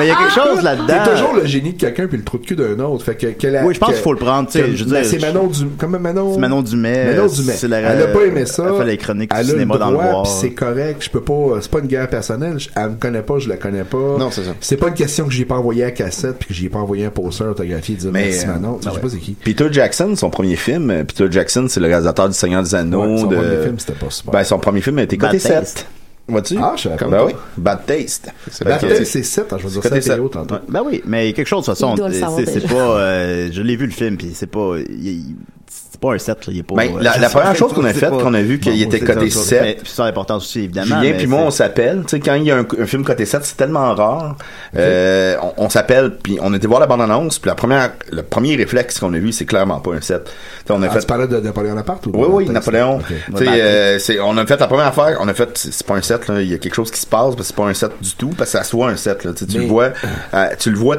Speaker 3: Mais il y a quelque chose là-dedans.
Speaker 6: T'es toujours le génie de quelqu'un puis le trou de cul d'un autre. Fait que, que la-
Speaker 3: Oui, je pense
Speaker 6: que-
Speaker 3: qu'il faut le prendre, tu sais,
Speaker 6: que-
Speaker 3: je veux
Speaker 6: ben,
Speaker 3: dire,
Speaker 6: c'est
Speaker 3: je-
Speaker 6: Manon du, comment Manon?
Speaker 3: C'est Manon Dumais.
Speaker 6: Manon Dumais.
Speaker 3: C'est la-
Speaker 6: elle a pas aimé ça.
Speaker 3: Elle fait les chroniques
Speaker 6: Elle
Speaker 3: du
Speaker 6: a le
Speaker 3: cinéma dans le
Speaker 6: droit,
Speaker 3: voir.
Speaker 6: puis C'est correct. Je peux pas, c'est pas une guerre personnelle. Je- Elle me connaît pas, je la connais pas.
Speaker 5: Non, c'est ça.
Speaker 6: C'est pas une question que j'ai pas envoyé à cassette puis que j'ai pas envoyé un poster autographié et dire
Speaker 4: Mais,
Speaker 6: merci
Speaker 4: euh,
Speaker 6: Manon. Tu sais,
Speaker 4: ah
Speaker 6: Je sais pas c'est qui.
Speaker 4: Peter Jackson, son premier film. euh, Peter Jackson, c'est le réalisateur du Seigneur des Anneaux.
Speaker 6: Ouais, son
Speaker 4: de-
Speaker 6: premier film, c'était pas super.
Speaker 4: Ben, son premier film a été
Speaker 3: Bad
Speaker 4: côté
Speaker 3: Taste.
Speaker 4: 7. Vois-tu?
Speaker 6: Ah, je savais pas.
Speaker 4: Ben oui, Bad Taste.
Speaker 5: C'est
Speaker 4: Fait
Speaker 6: La
Speaker 5: Bad
Speaker 4: que-
Speaker 6: tête, c'est 7, je veux dire,
Speaker 4: Côté
Speaker 6: 7 et
Speaker 4: sept. hein,
Speaker 6: autres, en tout.
Speaker 4: Ouais.
Speaker 3: Ben oui, mais quelque chose, de toute façon,
Speaker 10: Il doit le
Speaker 3: c'est-
Speaker 10: savoir
Speaker 3: c'est c'est
Speaker 10: déjà.
Speaker 3: pas... euh, je l'ai vu, le film, puis c'est pas... il- il- C'est pas un set, là, il est pas...
Speaker 4: Ben,
Speaker 3: euh,
Speaker 4: la, la
Speaker 3: c'est
Speaker 4: première
Speaker 3: pas-
Speaker 4: chose qu'on a
Speaker 3: c'est
Speaker 4: faite,
Speaker 3: pas-
Speaker 4: qu'on a vu qu'il
Speaker 3: Bon,
Speaker 4: était
Speaker 3: c'est
Speaker 4: côté
Speaker 3: ça, ça.
Speaker 4: 7,
Speaker 3: Mais C'est l'importance aussi, évidemment.
Speaker 4: Julien
Speaker 3: mais
Speaker 4: puis moi,
Speaker 3: c'est-
Speaker 4: on s'appelle. Tu sais, quand il y a un, un film côté 7, c'est tellement rare. Euh, on on s'appelle, puis on était voir la bande-annonce, puis la première, le premier réflexe qu'on a vu, c'est clairement pas un 7. Tu sais, on a
Speaker 6: Ah,
Speaker 4: fait...
Speaker 6: tu parlais de Napoléon Bonaparte ou de
Speaker 4: Oui, oui,
Speaker 6: Baptiste?
Speaker 4: Napoléon.
Speaker 6: Ok.
Speaker 4: Tu
Speaker 3: ben,
Speaker 4: sais, euh, c'est- on a fait la première affaire, on a fait, c'est c'est pas un set, là, il y a quelque chose qui se passe, parce que c'est pas un set du tout, parce que ça soit un set, là, tu sais, tu le
Speaker 6: Mais-
Speaker 4: vois, euh, tu le vois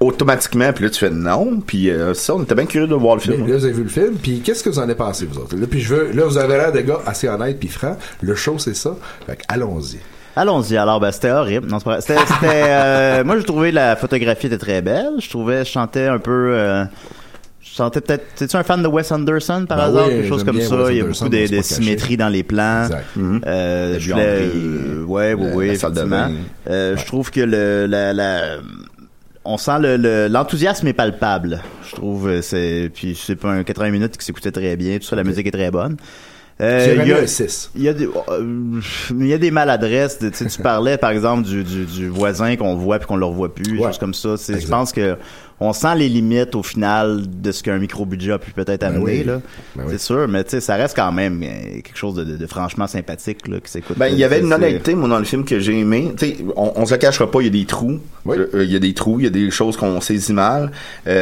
Speaker 4: automatiquement, puis là, tu fais non, puis euh, ça, on était bien curieux de voir le
Speaker 6: Mais
Speaker 4: film.
Speaker 6: là, vous avez vu le film, puis qu'est-ce que vous en avez pensé, vous autres? Là, puis je veux, là, vous avez l'air des gars assez honnêtes puis francs. Le show, c'est ça. Fait que allons-y.
Speaker 3: Allons-y. Alors, ben, c'était horrible. Non, c'est pas vrai. C'était, c'était, euh, moi, j'ai trouvé la photographie était très belle. Je trouvais, je chantais un peu, euh, je sentais peut-être, t'es-tu un fan de Wes Anderson, par
Speaker 6: Ben
Speaker 3: hasard?
Speaker 6: oui,
Speaker 3: quelque chose
Speaker 6: j'aime
Speaker 3: comme
Speaker 6: bien
Speaker 3: ça.
Speaker 6: Wes
Speaker 3: Il y a
Speaker 6: Anderson,
Speaker 3: beaucoup de,
Speaker 6: on s'est
Speaker 3: de
Speaker 6: pas caché.
Speaker 3: symétrie dans les plans.
Speaker 6: Exact. Mm-hmm.
Speaker 3: Euh,
Speaker 4: La
Speaker 3: je voulais,
Speaker 4: buanderie,
Speaker 3: euh, ouais, oui,
Speaker 4: la-
Speaker 3: oui,
Speaker 4: la salle de bain.
Speaker 3: effectivement. Euh, je trouve que le, la, la, on sent le, le- l'enthousiasme est palpable. Je trouve, euh, c'est, puis c'est pas un 80 minutes qui s'écoutait très bien. Tout ça, la musique est très bonne. Euh,
Speaker 6: J'ai
Speaker 3: il y a-
Speaker 6: remis un 6.
Speaker 3: il y a des, euh, il y a des maladresses. de- tu sais, tu parlais, par exemple, du, du, du voisin qu'on voit puis qu'on le revoit plus, des
Speaker 6: Ouais.
Speaker 3: choses comme ça. C'est- Je
Speaker 6: Exact.
Speaker 3: pense que on sent les limites au final de ce qu'un micro-budget a pu peut-être amener.
Speaker 6: oui.
Speaker 3: là.
Speaker 6: Ben
Speaker 3: c'est
Speaker 6: oui.
Speaker 3: sûr, mais tu sais, ça reste quand même euh, quelque chose de, de- de franchement sympathique là, qui s'écoute.
Speaker 4: Ben, il y avait une
Speaker 3: euh, C'est-
Speaker 4: honnêteté, moi, dans le film que j'ai aimé. Tu sais, on, on se le cachera pas, il y a des trous.
Speaker 6: Oui.
Speaker 4: Euh, euh, Il y a des trous, il y a des choses qu'on saisit mal.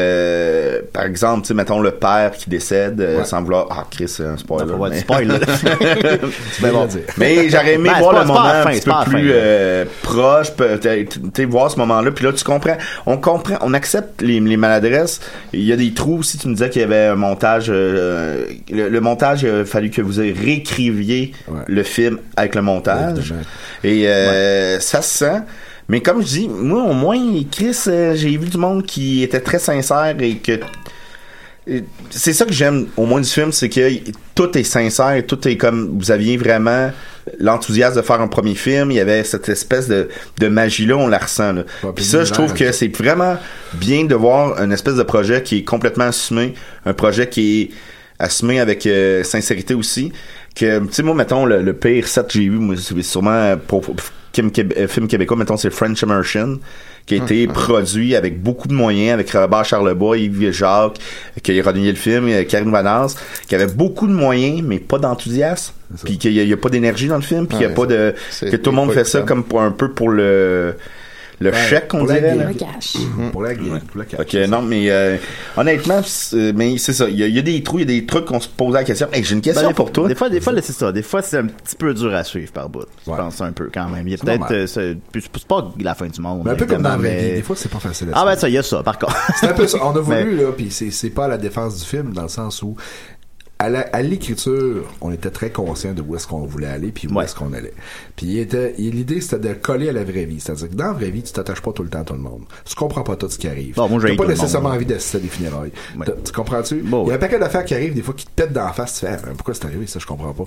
Speaker 4: Euh, par exemple, tu sais, mettons le père qui décède euh,
Speaker 6: Ouais.
Speaker 4: sans vouloir. Ah, Chris, c'est un
Speaker 3: c'est-
Speaker 4: spoiler.
Speaker 3: on va avoir
Speaker 4: mais-
Speaker 3: du spoil, là.
Speaker 6: Mais
Speaker 4: Mais bon.
Speaker 6: dire.
Speaker 4: Mais j'aurais aimé
Speaker 3: Ben, c'est
Speaker 4: voir
Speaker 3: pas-
Speaker 4: le
Speaker 3: c'est pas
Speaker 4: moment
Speaker 3: à la
Speaker 4: un
Speaker 3: fin,
Speaker 4: petit
Speaker 3: c'est pas à
Speaker 4: peu
Speaker 3: la fin,
Speaker 4: plus
Speaker 3: là.
Speaker 4: euh, proche, peut- tu sais, voir ce moment-là, puis là tu comprends, on comprend, on accepte les, les maladresses. Il y a des trous. Si tu me disais qu'il y avait un montage, euh, le, le montage, il a fallu que vous réécriviez
Speaker 6: Ouais.
Speaker 4: le film avec le montage.
Speaker 6: Évidemment.
Speaker 4: Et euh, ça se sent. Mais comme je dis, moi au moins, Chris, euh, j'ai vu du monde qui était très sincère et que c'est ça que j'aime au moins du film, c'est que tout est sincère, tout est comme vous aviez vraiment l'enthousiasme de faire un premier film, il y avait cette espèce de, de magie-là, on la ressent. Là.
Speaker 6: Ouais,
Speaker 4: Puis ça, je trouve que c'est vraiment bien de voir une espèce de projet qui est complètement assumé, un projet qui est assumé avec euh, sincérité aussi. Que, tu sais, moi, mettons, le, le pire set que j'ai eu, moi, c'est sûrement euh, pour, pour film, québé- euh, film québécois, mettons, c'est French Immersion, qui a été produit avec beaucoup de moyens, avec Robert Charlebois, Yves Jacques, qui a redonné le film, euh, Karine Vanasse, qui avait beaucoup de moyens, mais pas d'enthousiasme, puis qu'il n'y a, pas d'énergie dans le film, puis qu'il n'y a
Speaker 5: Ouais,
Speaker 4: pas de...
Speaker 5: c'est-
Speaker 4: que tout le monde
Speaker 5: c'est
Speaker 4: fait
Speaker 5: pas
Speaker 4: ça
Speaker 5: écoutable.
Speaker 4: comme pour, un peu pour le... Le chèque, on
Speaker 6: pour la
Speaker 4: dirait.
Speaker 6: guerre.
Speaker 4: là.
Speaker 7: Le cash.
Speaker 3: Mm.
Speaker 6: Pour la game, pour la carte.
Speaker 4: Ok, non, mais euh, honnêtement, c'est- euh, mais c'est ça. Il y, a- il y a des trous, il y a des trucs qu'on se pose la question. Hey, j'ai une question
Speaker 3: Ben, des-
Speaker 4: pour toi.
Speaker 3: Des fois, des fois là, c'est ça. Des fois, c'est un petit peu dur à suivre par bout. Je
Speaker 6: Ouais.
Speaker 3: pense un peu quand même. Il y a
Speaker 6: C'est
Speaker 3: peut-être.
Speaker 6: normal.
Speaker 3: euh, c'est puis c'est pas la fin du monde.
Speaker 6: Mais un peu comme dans la
Speaker 3: évidemment,
Speaker 6: vraie vie,
Speaker 3: mais-
Speaker 6: des fois, c'est pas facile à
Speaker 3: Ah,
Speaker 6: suivre.
Speaker 3: ben ça, il y a ça, par contre.
Speaker 6: C'est un peu ça. On a
Speaker 3: Mais-
Speaker 6: voulu, là, puis c'est, c'est pas à la défense du film, dans le sens où, à, la- à l'écriture, on était très conscient de où est-ce qu'on voulait aller, puis où
Speaker 3: Ouais.
Speaker 6: est-ce qu'on allait. Puis il était, il- l'idée, c'était de coller à la vraie vie. C'est-à-dire que dans la vraie vie, tu t'attaches pas tout le temps à tout le monde. Tu comprends pas tout ce qui arrive.
Speaker 3: Bon, moi, j'ai
Speaker 6: T'as pas
Speaker 3: tout le monde,
Speaker 6: nécessairement
Speaker 3: là.
Speaker 6: envie d'assister à des funérailles.
Speaker 3: Ouais.
Speaker 6: T'as- Tu comprends-tu?
Speaker 3: Bon,
Speaker 6: il y a
Speaker 3: ouais.
Speaker 6: un paquet d'affaires qui arrivent, des fois, qui te pètent dans la face. Tu fais, Ah, pourquoi c'est arrivé? Ça, je comprends pas.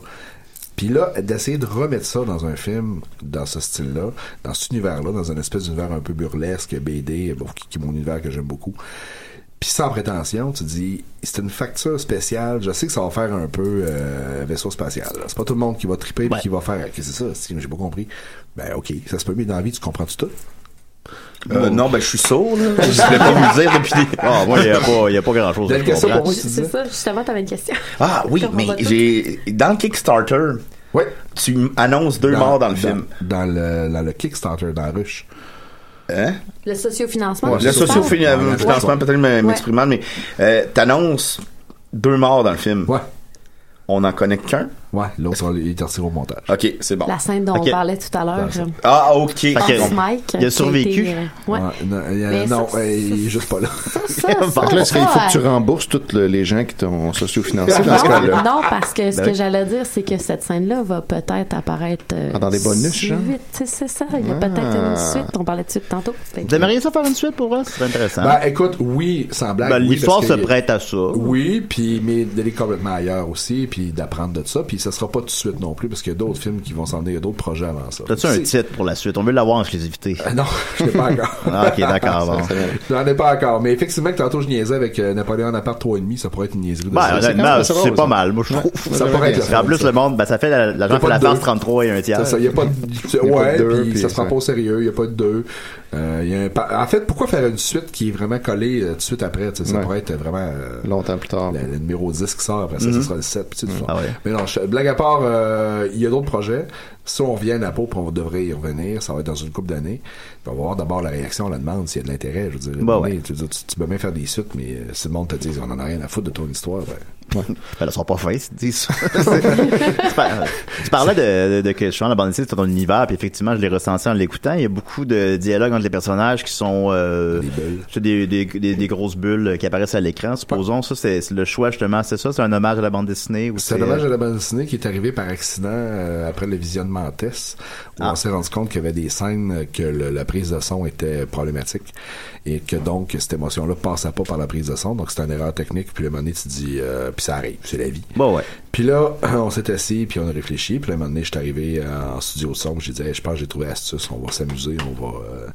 Speaker 6: Puis là, d'essayer de remettre ça dans un film, dans ce style-là, dans cet univers-là, dans un espèce d'univers un peu burlesque, BD, bon, qui, qui est mon univers que j'aime beaucoup. Puis sans prétention, tu dis, c'est une facture spéciale. Je sais que ça va faire un peu euh, vaisseau spatial. là. C'est pas tout le monde qui va triper puis
Speaker 3: Ouais.
Speaker 6: qui va faire. Qu'est-ce que c'est ça? Si, J'ai pas compris. Ben ok, ça se peut, mais dans la vie, tu comprends tout. Oh.
Speaker 4: Euh, non, ben je suis sourd. Là. Je voulais pas vous le dire depuis. des-
Speaker 3: Ah, moi, il n'y a pas, il y a pas grand chose
Speaker 6: T'as
Speaker 3: à
Speaker 6: une question
Speaker 3: comprendre.
Speaker 6: pour moi, tu
Speaker 7: C'est
Speaker 6: disais?
Speaker 7: ça, justement, t'avais une question.
Speaker 4: Ah oui,
Speaker 7: Comment
Speaker 4: mais
Speaker 7: va-t-on?
Speaker 4: j'ai dans le Kickstarter,
Speaker 6: Oui.
Speaker 4: tu m- annonces deux morts dans le film.
Speaker 6: Dans le, dans le Kickstarter, dans la ruche.
Speaker 4: Hein?
Speaker 7: Le sociofinancement.
Speaker 6: Ouais,
Speaker 7: tu
Speaker 4: Le
Speaker 6: c'est ça.
Speaker 7: parles?
Speaker 4: sociophile,
Speaker 6: Ouais,
Speaker 4: euh,
Speaker 6: ouais.
Speaker 4: financement, peut-être m- m'exprimer, mais euh, t'annonces deux morts dans le film.
Speaker 6: Ouais.
Speaker 4: On en connaît qu'un.
Speaker 6: Ouais, l'autre, il est retiré au montage.
Speaker 4: Ok, c'est bon.
Speaker 7: La scène dont
Speaker 3: Ok.
Speaker 7: on parlait tout à l'heure.
Speaker 6: Ouais, ça.
Speaker 7: euh,
Speaker 4: Ah ok.
Speaker 3: Fait que-
Speaker 7: off mic,
Speaker 3: il a
Speaker 7: qui
Speaker 3: survécu.
Speaker 7: été, euh,
Speaker 6: Ouais,
Speaker 7: ouais.
Speaker 6: non, il y a-
Speaker 7: Mais
Speaker 6: non,
Speaker 7: ça,
Speaker 6: euh, il est
Speaker 7: ça,
Speaker 6: juste pas là.
Speaker 7: Ça, ça, ça,
Speaker 5: Fait que là, est-ce qu'il faut
Speaker 7: ça,
Speaker 5: que tu rembourses tous le- les gens qui t'ont socio-financé dans ce
Speaker 7: Non,
Speaker 5: cas-là?
Speaker 7: non, parce que ce
Speaker 3: Ben
Speaker 7: que
Speaker 3: oui.
Speaker 7: j'allais dire, c'est que cette scène-là va peut-être apparaître. euh,
Speaker 5: Ah, dans des bonus,
Speaker 7: suite.
Speaker 6: hein?
Speaker 5: genre?
Speaker 7: C'est c'est ça, il y a
Speaker 5: Ah.
Speaker 7: peut-être une suite. On parlait de suite tantôt. Fait que-
Speaker 3: Vous aimeriez ça faire une suite pour vrai? C'est intéressant.
Speaker 6: Ben écoute, oui, sans blague.
Speaker 3: Ben,
Speaker 6: oui,
Speaker 3: L'histoire
Speaker 6: parce
Speaker 3: se
Speaker 6: que-
Speaker 3: prête à ça.
Speaker 6: Oui, puis mais d'aller complètement ailleurs aussi, puis d'apprendre de ça, puis ça sera pas tout de suite non plus, parce qu'il y a d'autres films qui vont s'en venir, il y a d'autres projets avant ça.
Speaker 3: T'as-tu un
Speaker 6: C'est-
Speaker 3: titre pour la suite? On veut l'avoir en exclusivité.
Speaker 6: Ah Non, je l'ai pas encore.
Speaker 3: Ah, ok, d'accord, bon.
Speaker 6: J'en ai pas encore, mais effectivement, que tantôt je niaisais avec euh, Napoléon à part 3,5, ça pourrait être une niaiserie. de
Speaker 3: Ben,
Speaker 6: ça.
Speaker 3: honnêtement,
Speaker 5: c'est quand même
Speaker 3: c'est
Speaker 5: drôle,
Speaker 3: pas
Speaker 5: ça.
Speaker 3: mal, moi, je trouve.
Speaker 6: Ça pourrait être le
Speaker 3: En
Speaker 6: fun,
Speaker 3: plus,
Speaker 6: ça.
Speaker 3: le monde, ben, ça fait la,
Speaker 6: Y
Speaker 3: la,
Speaker 6: a
Speaker 3: gens
Speaker 6: pas
Speaker 3: font la
Speaker 6: de
Speaker 3: face
Speaker 6: deux.
Speaker 3: 33 et un tiers.
Speaker 6: C'est ça, il n'y a pas de.
Speaker 5: a pas
Speaker 6: ouais,
Speaker 5: de deux,
Speaker 6: puis
Speaker 5: puis
Speaker 6: ça se prend
Speaker 5: ça.
Speaker 6: pas au sérieux, il n'y a pas de deux. Euh, y a un pa- En fait, pourquoi faire une suite qui est vraiment collée euh, tout de suite après tu sais, Ça
Speaker 5: Ouais.
Speaker 6: pourrait être vraiment. euh,
Speaker 5: Longtemps plus tard.
Speaker 6: le, le numéro 10 qui sort, après ça, ça sera le 7. puis tu sais, tout ça.
Speaker 3: Ah ouais.
Speaker 6: Mais non, je- blague à part, euh, il y a d'autres projets. Si on revient à Napo, puis on devrait y revenir, ça va être dans une couple d'années. Puis On va voir d'abord la réaction, la demande, s'il y a de l'intérêt. Je veux dire,
Speaker 3: Bah ouais.
Speaker 6: mais, tu, veux dire, tu- tu peux bien faire des suites, mais euh, si le monde te dit on en a rien à foutre de ton histoire, ben,
Speaker 3: Ben, elles sont pas fins, ils disent ça. C'est- tu par- tu parlais de, de, de que je suis en abandonné c'est ton univers, puis effectivement, je l'ai ressenti en l'écoutant. Il y a beaucoup de dialogues entre les personnages qui sont euh,
Speaker 6: Des bulles.
Speaker 3: c'est des, des, des- des grosses bulles qui apparaissent à l'écran. Supposons, ça, c'est c'est le choix justement, c'est ça, c'est un hommage à la bande dessinée. ou
Speaker 6: C'est un hommage à la bande dessinée qui est arrivé par accident euh, après le visionnement en test, où
Speaker 3: Ah.
Speaker 6: on s'est rendu compte qu'il y avait des scènes euh, que le- la prise de son était problématique et que donc cette émotion-là passait pas par la prise de son. Donc c'est une erreur technique. Puis le moment donné, tu dis, euh, puis ça arrive, c'est la vie.
Speaker 3: Bon, ouais.
Speaker 6: Puis là, on s'est assis, puis on a réfléchi. Puis là, un moment donné, je suis arrivé euh, en studio de son. puis J'ai dit, Hey, je pense que j'ai trouvé l'astuce. On va s'amuser. On va, euh,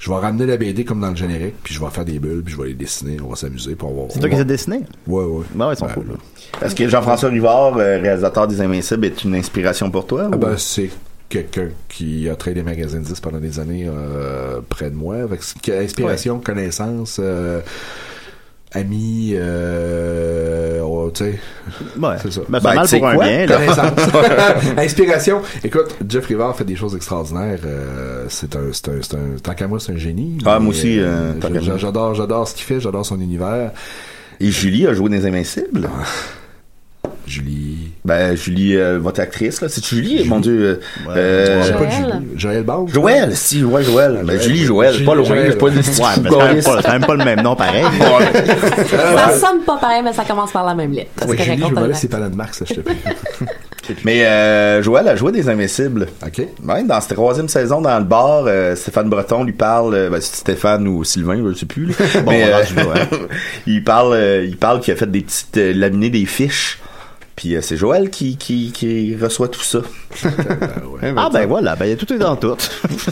Speaker 6: je vais ramener la BD comme dans le générique. Puis je vais faire des bulles. Puis je vais les dessiner. On va s'amuser. Puis on va.
Speaker 3: euh, C'est toi qui les as dessinés?
Speaker 6: Ouais, ouais.
Speaker 3: Ben, ouais, ils sont
Speaker 6: Ben,
Speaker 3: cool. là.
Speaker 4: Est-ce que Jean-François Rivard, euh, réalisateur des Invincibles, est une inspiration pour toi?
Speaker 6: Ah
Speaker 4: ou-
Speaker 6: ben, c'est quelqu'un qui a travaillé des magazines 10 pendant des années euh, près de moi, avec ce- qui a inspiration, connaissance, euh, amis, euh, oh, tu sais,
Speaker 3: Ouais.
Speaker 6: C'est ça.
Speaker 4: Ben,
Speaker 3: Ben, c'est mal
Speaker 4: tu sais
Speaker 3: pour un
Speaker 4: quoi?
Speaker 3: bien, là.
Speaker 6: connaissance, inspiration. Écoute, Jeff Rivard fait des choses extraordinaires. euh, c'est un, c'est un, c'est un, tant qu'à moi, c'est un génie.
Speaker 4: Ah,
Speaker 6: Mais,
Speaker 4: moi aussi, euh, tant qu'à
Speaker 6: j'a-
Speaker 4: moi.
Speaker 6: j'adore, j'adore ce qu'il fait, j'adore son univers.
Speaker 4: Et Julie a joué dans les Invincibles?
Speaker 3: Ah.
Speaker 6: Julie.
Speaker 4: Ben, Julie, euh, votre actrice, là. C'est Julie, mon Dieu. euh,
Speaker 3: Ouais.
Speaker 4: euh,
Speaker 6: C'est pas
Speaker 7: Joël.
Speaker 6: Julie. Joël Bond.
Speaker 4: Joël, si, ouais, Joël. Ben, Julie, Joël, c'est pas loin,
Speaker 6: Joël.
Speaker 4: c'est pas une
Speaker 3: Ouais, mais c'est quand même pas- c'est quand même pas le même nom pareil.
Speaker 7: Ça sonne pas pareil, mais ça commence par la même lettre.
Speaker 6: Ouais,
Speaker 7: C'est correct,
Speaker 6: Julie,
Speaker 7: on
Speaker 6: je
Speaker 7: peut
Speaker 6: vais
Speaker 7: le
Speaker 6: laisser
Speaker 7: faire.
Speaker 6: Palin de Marx, s'il te plaît.
Speaker 4: Mais euh, Joël a joué des Invincibles.
Speaker 6: OK.
Speaker 4: Ouais, dans cette troisième saison, dans le bar, euh, Stéphane Breton lui parle, euh, ben, c'est Stéphane ou Sylvain, je sais plus. là.
Speaker 3: Bon,
Speaker 4: Mais,
Speaker 3: on
Speaker 4: euh,
Speaker 3: lâche là,
Speaker 4: il parle, euh, il parle qu'il a fait des petites euh, laminées des fiches. Puis euh, c'est Joël qui, qui, qui reçoit tout ça.
Speaker 3: Ah ben voilà, ben il y a tout est dans tout.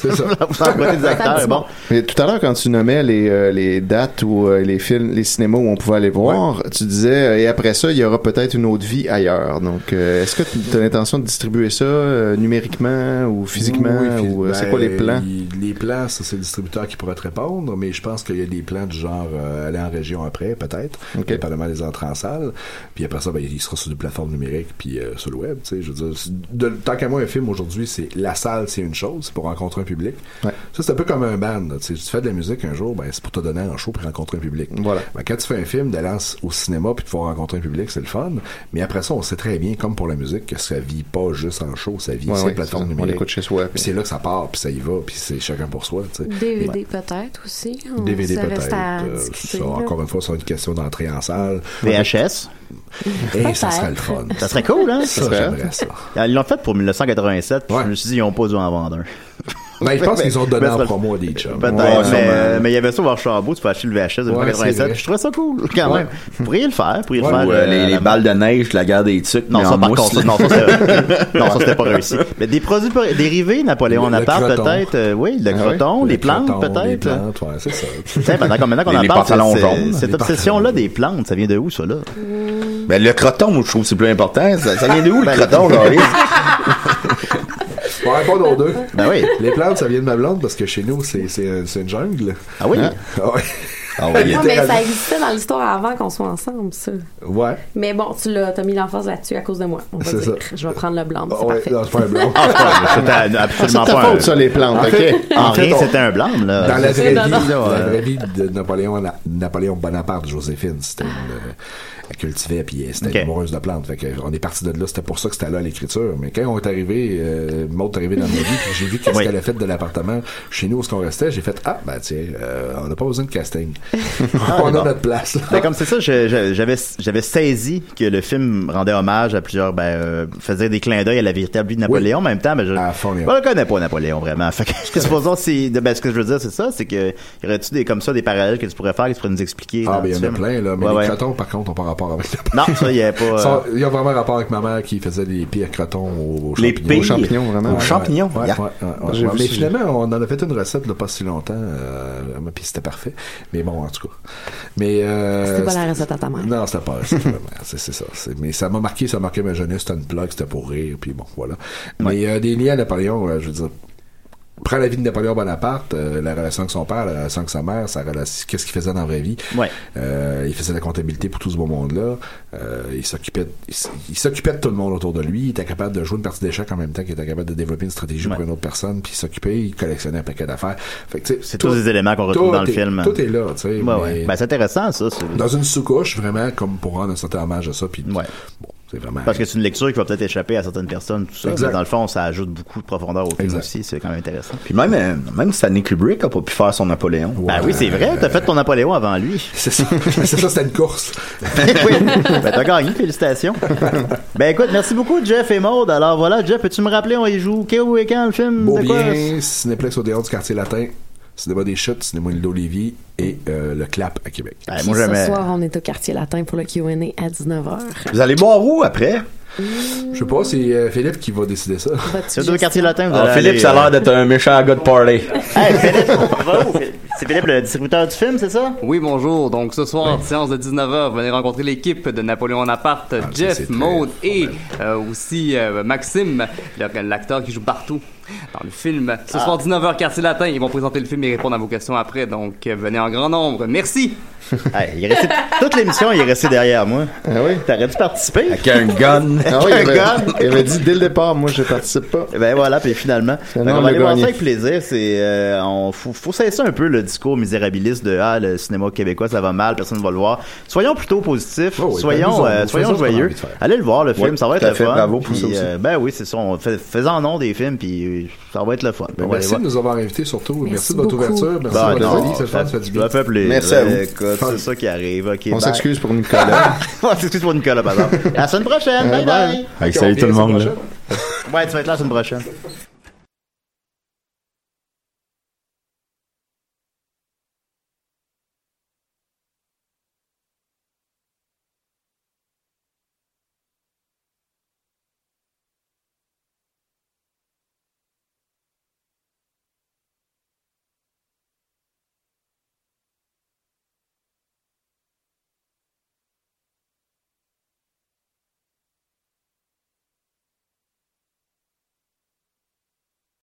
Speaker 6: C'est ça.
Speaker 3: Vous en prenez des acteurs, bon.
Speaker 5: Mais tout à l'heure, quand tu nommais les, euh, les dates ou euh, les films, les cinémas où on pouvait aller voir, tu disais, euh, et après ça, il y aura peut-être une autre vie ailleurs. Donc, euh, est-ce que tu as l'intention de distribuer ça euh, numériquement ou physiquement?
Speaker 6: Oui, puis-
Speaker 5: ou euh, c'est
Speaker 6: ben,
Speaker 5: quoi les plans?
Speaker 6: il- les plans, ça, c'est le distributeur qui pourra te répondre, mais je pense qu'il y a des plans du genre euh, aller en région après, peut-être,
Speaker 5: Ok.
Speaker 6: dépendamment des entrées en salle. Puis après ça, ben, il sera sur des plateformes numériques puis euh, sur le web. tu sais, Je veux dire, c'est- de- tant qu'à moi, un film aujourd'hui, c'est la salle, c'est une chose, c'est pour rencontrer un public.
Speaker 5: Ouais.
Speaker 6: Ça, c'est un peu comme un band. là, tu sais, Tu fais de la musique un jour, ben, c'est pour te donner un show puis rencontrer un public.
Speaker 5: Voilà.
Speaker 6: Ben, quand tu fais un film, d'aller en- au cinéma puis de pouvoir rencontrer un public, c'est le fun. Mais après ça, on sait très bien, comme pour la musique, que ça vit pas juste en show, ça vit
Speaker 5: Ouais,
Speaker 6: sur
Speaker 5: ouais,
Speaker 6: les plateformes
Speaker 5: ça, on
Speaker 6: numériques.
Speaker 5: l'écoute chez soi, puis-
Speaker 6: Puis c'est là que ça part, puis ça y va, puis c'est chacun pour soi, tu sais.
Speaker 11: DVD
Speaker 6: Ouais.
Speaker 11: peut-être aussi. On-
Speaker 6: DVD
Speaker 11: Hmm, ça
Speaker 6: peut-être.
Speaker 11: reste à
Speaker 6: euh,
Speaker 11: discuter,
Speaker 6: ça,
Speaker 11: là.
Speaker 6: encore une fois, c'est une question d'entrée en salle.
Speaker 3: VHS,
Speaker 6: Et ça
Speaker 11: Peut-être.
Speaker 6: serait le fun.
Speaker 3: ça serait cool, hein?
Speaker 6: Ça, j'aimerais ça.
Speaker 3: Ils l'ont fait pour 1987, puis
Speaker 6: Ouais.
Speaker 3: je me suis dit, ils n'ont pas dû en vendre un.
Speaker 6: Ben, je pense qu'ils ont donné
Speaker 3: Mais ça
Speaker 6: en
Speaker 3: serait-
Speaker 6: promo à des chums.
Speaker 3: Peut-être,
Speaker 4: Ouais,
Speaker 3: mais, euh,
Speaker 4: sûrement.
Speaker 3: mais il y avait ça au Varchambault, tu peux acheter le VHS de
Speaker 6: Ouais, c'est
Speaker 3: 1987,
Speaker 6: vrai.
Speaker 3: je trouvais ça cool, quand
Speaker 6: Ouais.
Speaker 3: même. Vous pourriez le faire, vous pourriez
Speaker 6: Ouais,
Speaker 3: le faire.
Speaker 4: Ou, euh,
Speaker 3: euh,
Speaker 4: les,
Speaker 3: à
Speaker 4: les
Speaker 3: la-
Speaker 4: balles de neige, la guerre des tucs.
Speaker 3: Non,
Speaker 4: mais
Speaker 3: ça,
Speaker 4: en
Speaker 3: par
Speaker 4: mousse,
Speaker 3: contre, ça,
Speaker 4: là.
Speaker 3: non, ça, c'était- non, ça, c'était pas réussi. Mais des produits pa- dérivés, Napoléon
Speaker 6: Le-
Speaker 3: en
Speaker 6: le
Speaker 3: appart,
Speaker 6: croton.
Speaker 3: peut-être, euh, oui, le
Speaker 5: Ah oui?
Speaker 3: croton, les
Speaker 6: Le
Speaker 3: plantes,
Speaker 6: coton, Les
Speaker 3: peut-être.
Speaker 6: plantes, ouais, c'est ça.
Speaker 3: Tiens, Pendant qu'on pendant qu'on
Speaker 4: Les-
Speaker 3: en
Speaker 4: les
Speaker 3: parle, c'est-
Speaker 4: pantalons
Speaker 3: c'est-
Speaker 4: jaunes.
Speaker 3: cette
Speaker 6: Les
Speaker 3: obsession-là
Speaker 6: pantalons.
Speaker 3: des plantes, ça vient de où, ça, là?
Speaker 4: Ben, le croton, moi, je trouve que c'est plus important. Ça, ça vient de
Speaker 3: Ben,
Speaker 6: Ben,
Speaker 4: où, le croton, Joris?
Speaker 6: On va répondre aux deux.
Speaker 3: Ben oui.
Speaker 6: Les plantes, ça vient de ma blonde parce que chez nous, c'est- c'est c'est une jungle.
Speaker 3: Ah oui?
Speaker 6: Ah ouais.
Speaker 4: Ah oui.
Speaker 7: Non, mais
Speaker 6: Littéralement.
Speaker 7: ça existait dans l'histoire avant qu'on soit ensemble, ça.
Speaker 6: Ouais.
Speaker 7: Mais bon, tu l'as, t'as mis l'emphase là-dessus à cause de moi. On va
Speaker 6: C'est
Speaker 7: dire.
Speaker 6: ça.
Speaker 7: Je vais prendre le blanc, c'est
Speaker 6: Ouais,
Speaker 7: parfait.
Speaker 6: non, c'est pas un blanc.
Speaker 3: Ah, c'est pas- c'était absolument
Speaker 5: C'est ta
Speaker 3: pas un...
Speaker 5: faute, ça, les plantes,
Speaker 6: En fait-
Speaker 5: OK?
Speaker 3: En
Speaker 6: En fait,
Speaker 3: rien,
Speaker 6: on-
Speaker 3: c'était un blanc,
Speaker 6: Dans
Speaker 3: là.
Speaker 6: la vraie vie,
Speaker 3: C'est-
Speaker 6: dans la
Speaker 3: euh,
Speaker 6: vraie vie de Napoléon, Na- Napoléon Bonaparte, Joséphine, c'était une, euh, elle cultivait puis elle- c'était
Speaker 3: Ok.
Speaker 6: une amoureuse de plantes. Fait que euh, on est parti de là, c'était pour ça que c'était là à l'écriture. Mais quand on est arrivé, euh, Maud est arrivée dans ma vie, puis j'ai vu qu'est-ce
Speaker 3: Oui.
Speaker 6: qu'elle a fait de l'appartement chez nous où ce qu'on restait, j'ai fait ah ben tiens, euh, on n'a pas besoin de casting, on a notre place.
Speaker 3: Ben, comme c'est ça, je- je- j'avais j'avais saisi que le film rendait hommage à plusieurs, ben, euh, faisait des clins d'œil à la véritable vie de Napoléon. En même temps, ben, je,
Speaker 6: À fond, Léon.
Speaker 3: ben, je connais pas Napoléon vraiment. Fait que, supposons si, ben, ce que je veux dire, c'est ça, c'est que y aurait-tu des comme ça des parallèles que tu pourrais faire, que tu pourrais nous expliquer.
Speaker 6: Ah
Speaker 3: dans
Speaker 6: ben il y
Speaker 3: le
Speaker 6: en a
Speaker 3: film?
Speaker 6: plein là, mais
Speaker 3: Ouais,
Speaker 6: les
Speaker 3: ouais.
Speaker 6: crotons par contre ont pas rapport avec le
Speaker 3: Non, ça y est pas. euh,
Speaker 6: Il y a vraiment rapport avec ma mère qui faisait les pires crotons aux, aux
Speaker 4: Les
Speaker 6: champignons.
Speaker 5: Aux
Speaker 4: pires.
Speaker 5: champignons, vraiment.
Speaker 4: Aux champignons,
Speaker 6: Ouais,
Speaker 4: yeah.
Speaker 6: ouais, ouais, ouais,
Speaker 5: J'ai
Speaker 6: ouais.
Speaker 5: vu
Speaker 6: Mais
Speaker 5: ça.
Speaker 6: finalement, on en a fait une recette là, pas si longtemps, euh, puis c'était parfait. Mais bon, en tout cas. Mais euh,
Speaker 7: C'était pas la recette à ta mère.
Speaker 6: Non, c'était pas la recette à ma mère. c'est c'est ça. C'est- Mais ça m'a marqué, ça a marqué ma jeunesse. C'était une blague, c'était pour rire, puis bon, voilà. Mais euh, des liens à Napoléon, euh, je veux dire. Prends la vie de Napoléon Bonaparte, euh, la relation avec son père, la relation avec sa mère, sa relation, qu'est-ce qu'il faisait dans la vraie vie.
Speaker 3: Ouais.
Speaker 6: Euh, il faisait la comptabilité pour tout ce beau monde-là. Euh, il s'occupait, de- il s- il s'occupait de tout le monde autour de lui. Il était capable de jouer une partie d'échecs en même temps qu'il était capable de développer une stratégie pour
Speaker 3: Ouais.
Speaker 6: une autre personne. Puis il s'occupait, il collectionnait un paquet d'affaires. Fait que, tu sais,
Speaker 3: C'est
Speaker 6: tout-
Speaker 3: tous les éléments qu'on retrouve
Speaker 6: tout
Speaker 3: dans le
Speaker 6: est-
Speaker 3: film.
Speaker 6: Tout est là, tu sais.
Speaker 3: ouais,
Speaker 6: mais
Speaker 3: ouais. Ben, c'est intéressant, ça. c'est-
Speaker 6: Dans une sous-couche, vraiment, comme pour rendre un certain hommage à ça. Puis
Speaker 3: Ouais.
Speaker 6: bon, c'est vraiment.
Speaker 3: Parce que c'est une lecture qui va peut-être échapper à certaines personnes, tout ça.
Speaker 6: Exact.
Speaker 3: Mais dans le fond, ça ajoute beaucoup de profondeur au film
Speaker 6: Exact.
Speaker 3: aussi. C'est quand même intéressant.
Speaker 4: Puis même, euh, même Stanley Kubrick a pas pu faire son Napoléon. Euh,
Speaker 3: Ben oui, c'est vrai. T'as fait ton Napoléon avant lui.
Speaker 6: C'est ça, c'est ça, c'était une course.
Speaker 3: oui. Ben, t'as gagné, félicitations. Ben, écoute, merci beaucoup, Jeff et Maud. Alors voilà, Jeff, peux-tu me rappeler, on y joue quel week-end, le film
Speaker 6: Beau
Speaker 3: de quoi?
Speaker 6: bien, Cinéplex au dehors du quartier latin, Cinéma des Chutes, Cinéma Lille d'Olivier et euh, le Clap à Québec.
Speaker 3: Ben,
Speaker 7: Puis
Speaker 3: moi,
Speaker 7: ce
Speaker 3: jamais.
Speaker 7: soir, on est au quartier latin pour le Q&A à 19h.
Speaker 4: Vous allez boire où après?
Speaker 6: Je sais pas, c'est euh, Philippe qui va décider ça.
Speaker 3: C'est deux quartiers latins, vous
Speaker 4: Ah,
Speaker 3: allez
Speaker 4: Philippe,
Speaker 3: aller,
Speaker 4: ça a
Speaker 3: euh,
Speaker 4: l'air d'être un méchant gars de party.
Speaker 3: Hey, Philippe, on va où, Philippe? C'est Philippe, le distributeur du film, c'est ça?
Speaker 12: Oui, bonjour. Donc ce soir, séance de 19h, venez rencontrer l'équipe de Napoléon en appart,
Speaker 6: Ah, c'est
Speaker 12: Jeff,
Speaker 6: très
Speaker 12: Maude et
Speaker 6: formel.
Speaker 12: euh, aussi euh, Maxime, le- l'acteur qui joue partout dans le film.
Speaker 6: Ah.
Speaker 12: Ce soir, 19h, quartier latin, ils vont présenter le film et répondre à vos questions après. Donc euh, venez en grand nombre. Merci.
Speaker 3: Hey, il est resté... Toute l'émission, il est resté derrière moi.
Speaker 5: Ah oui?
Speaker 3: T'aurais dû participer.
Speaker 4: Avec un gun.
Speaker 5: Ah oui, il avait,
Speaker 3: Regarde.
Speaker 5: il avait dit dès le départ, moi, je participe pas.
Speaker 3: Ben voilà, puis finalement,
Speaker 5: Finalement,
Speaker 3: Fait qu'on
Speaker 5: on
Speaker 3: va
Speaker 5: l'a
Speaker 3: aller voir ça
Speaker 5: gagné.
Speaker 3: avec plaisir. C'est, euh, on faut, faut cesser un peu le discours misérabiliste de ah le cinéma québécois ça va mal, personne ne va le voir. Soyons plutôt positifs,
Speaker 6: Oh oui,
Speaker 3: soyons,
Speaker 6: amusons-nous,
Speaker 3: euh, soyons
Speaker 6: faisons ce qu'on a
Speaker 3: joyeux.
Speaker 6: envie de faire.
Speaker 3: Allez le voir le film, ça
Speaker 4: tout
Speaker 3: va être
Speaker 4: à
Speaker 3: le
Speaker 4: fait,
Speaker 3: fun.
Speaker 4: bravo pour
Speaker 3: Puis,
Speaker 4: ça aussi.
Speaker 3: euh, ben oui, c'est ça. On fait, faisons en nom des films, puis c'est, ça va être le fun.
Speaker 6: Ben,
Speaker 3: On va aller
Speaker 6: merci
Speaker 3: voir.
Speaker 6: de nous avoir invités surtout. Merci,
Speaker 7: Merci
Speaker 6: de votre
Speaker 7: beaucoup.
Speaker 6: ouverture. Merci
Speaker 3: Bah,
Speaker 6: de votre
Speaker 3: non,
Speaker 6: avis. C'est le fun, ça fait du bien.
Speaker 3: Ça fait plaisir.
Speaker 4: Merci à vous.
Speaker 3: Écoute, c'est ça qui arrive. Ok,
Speaker 5: On
Speaker 3: bye.
Speaker 5: s'excuse pour Nicolas.
Speaker 3: On s'excuse pour Nicolas, pardon. À la semaine prochaine. Bye bye.
Speaker 4: Hey,
Speaker 6: Ok, on
Speaker 4: salut
Speaker 6: revient la
Speaker 4: tout le monde.
Speaker 6: semaine
Speaker 4: là.
Speaker 6: prochaine.
Speaker 3: Ouais, tu vas être là la semaine prochaine.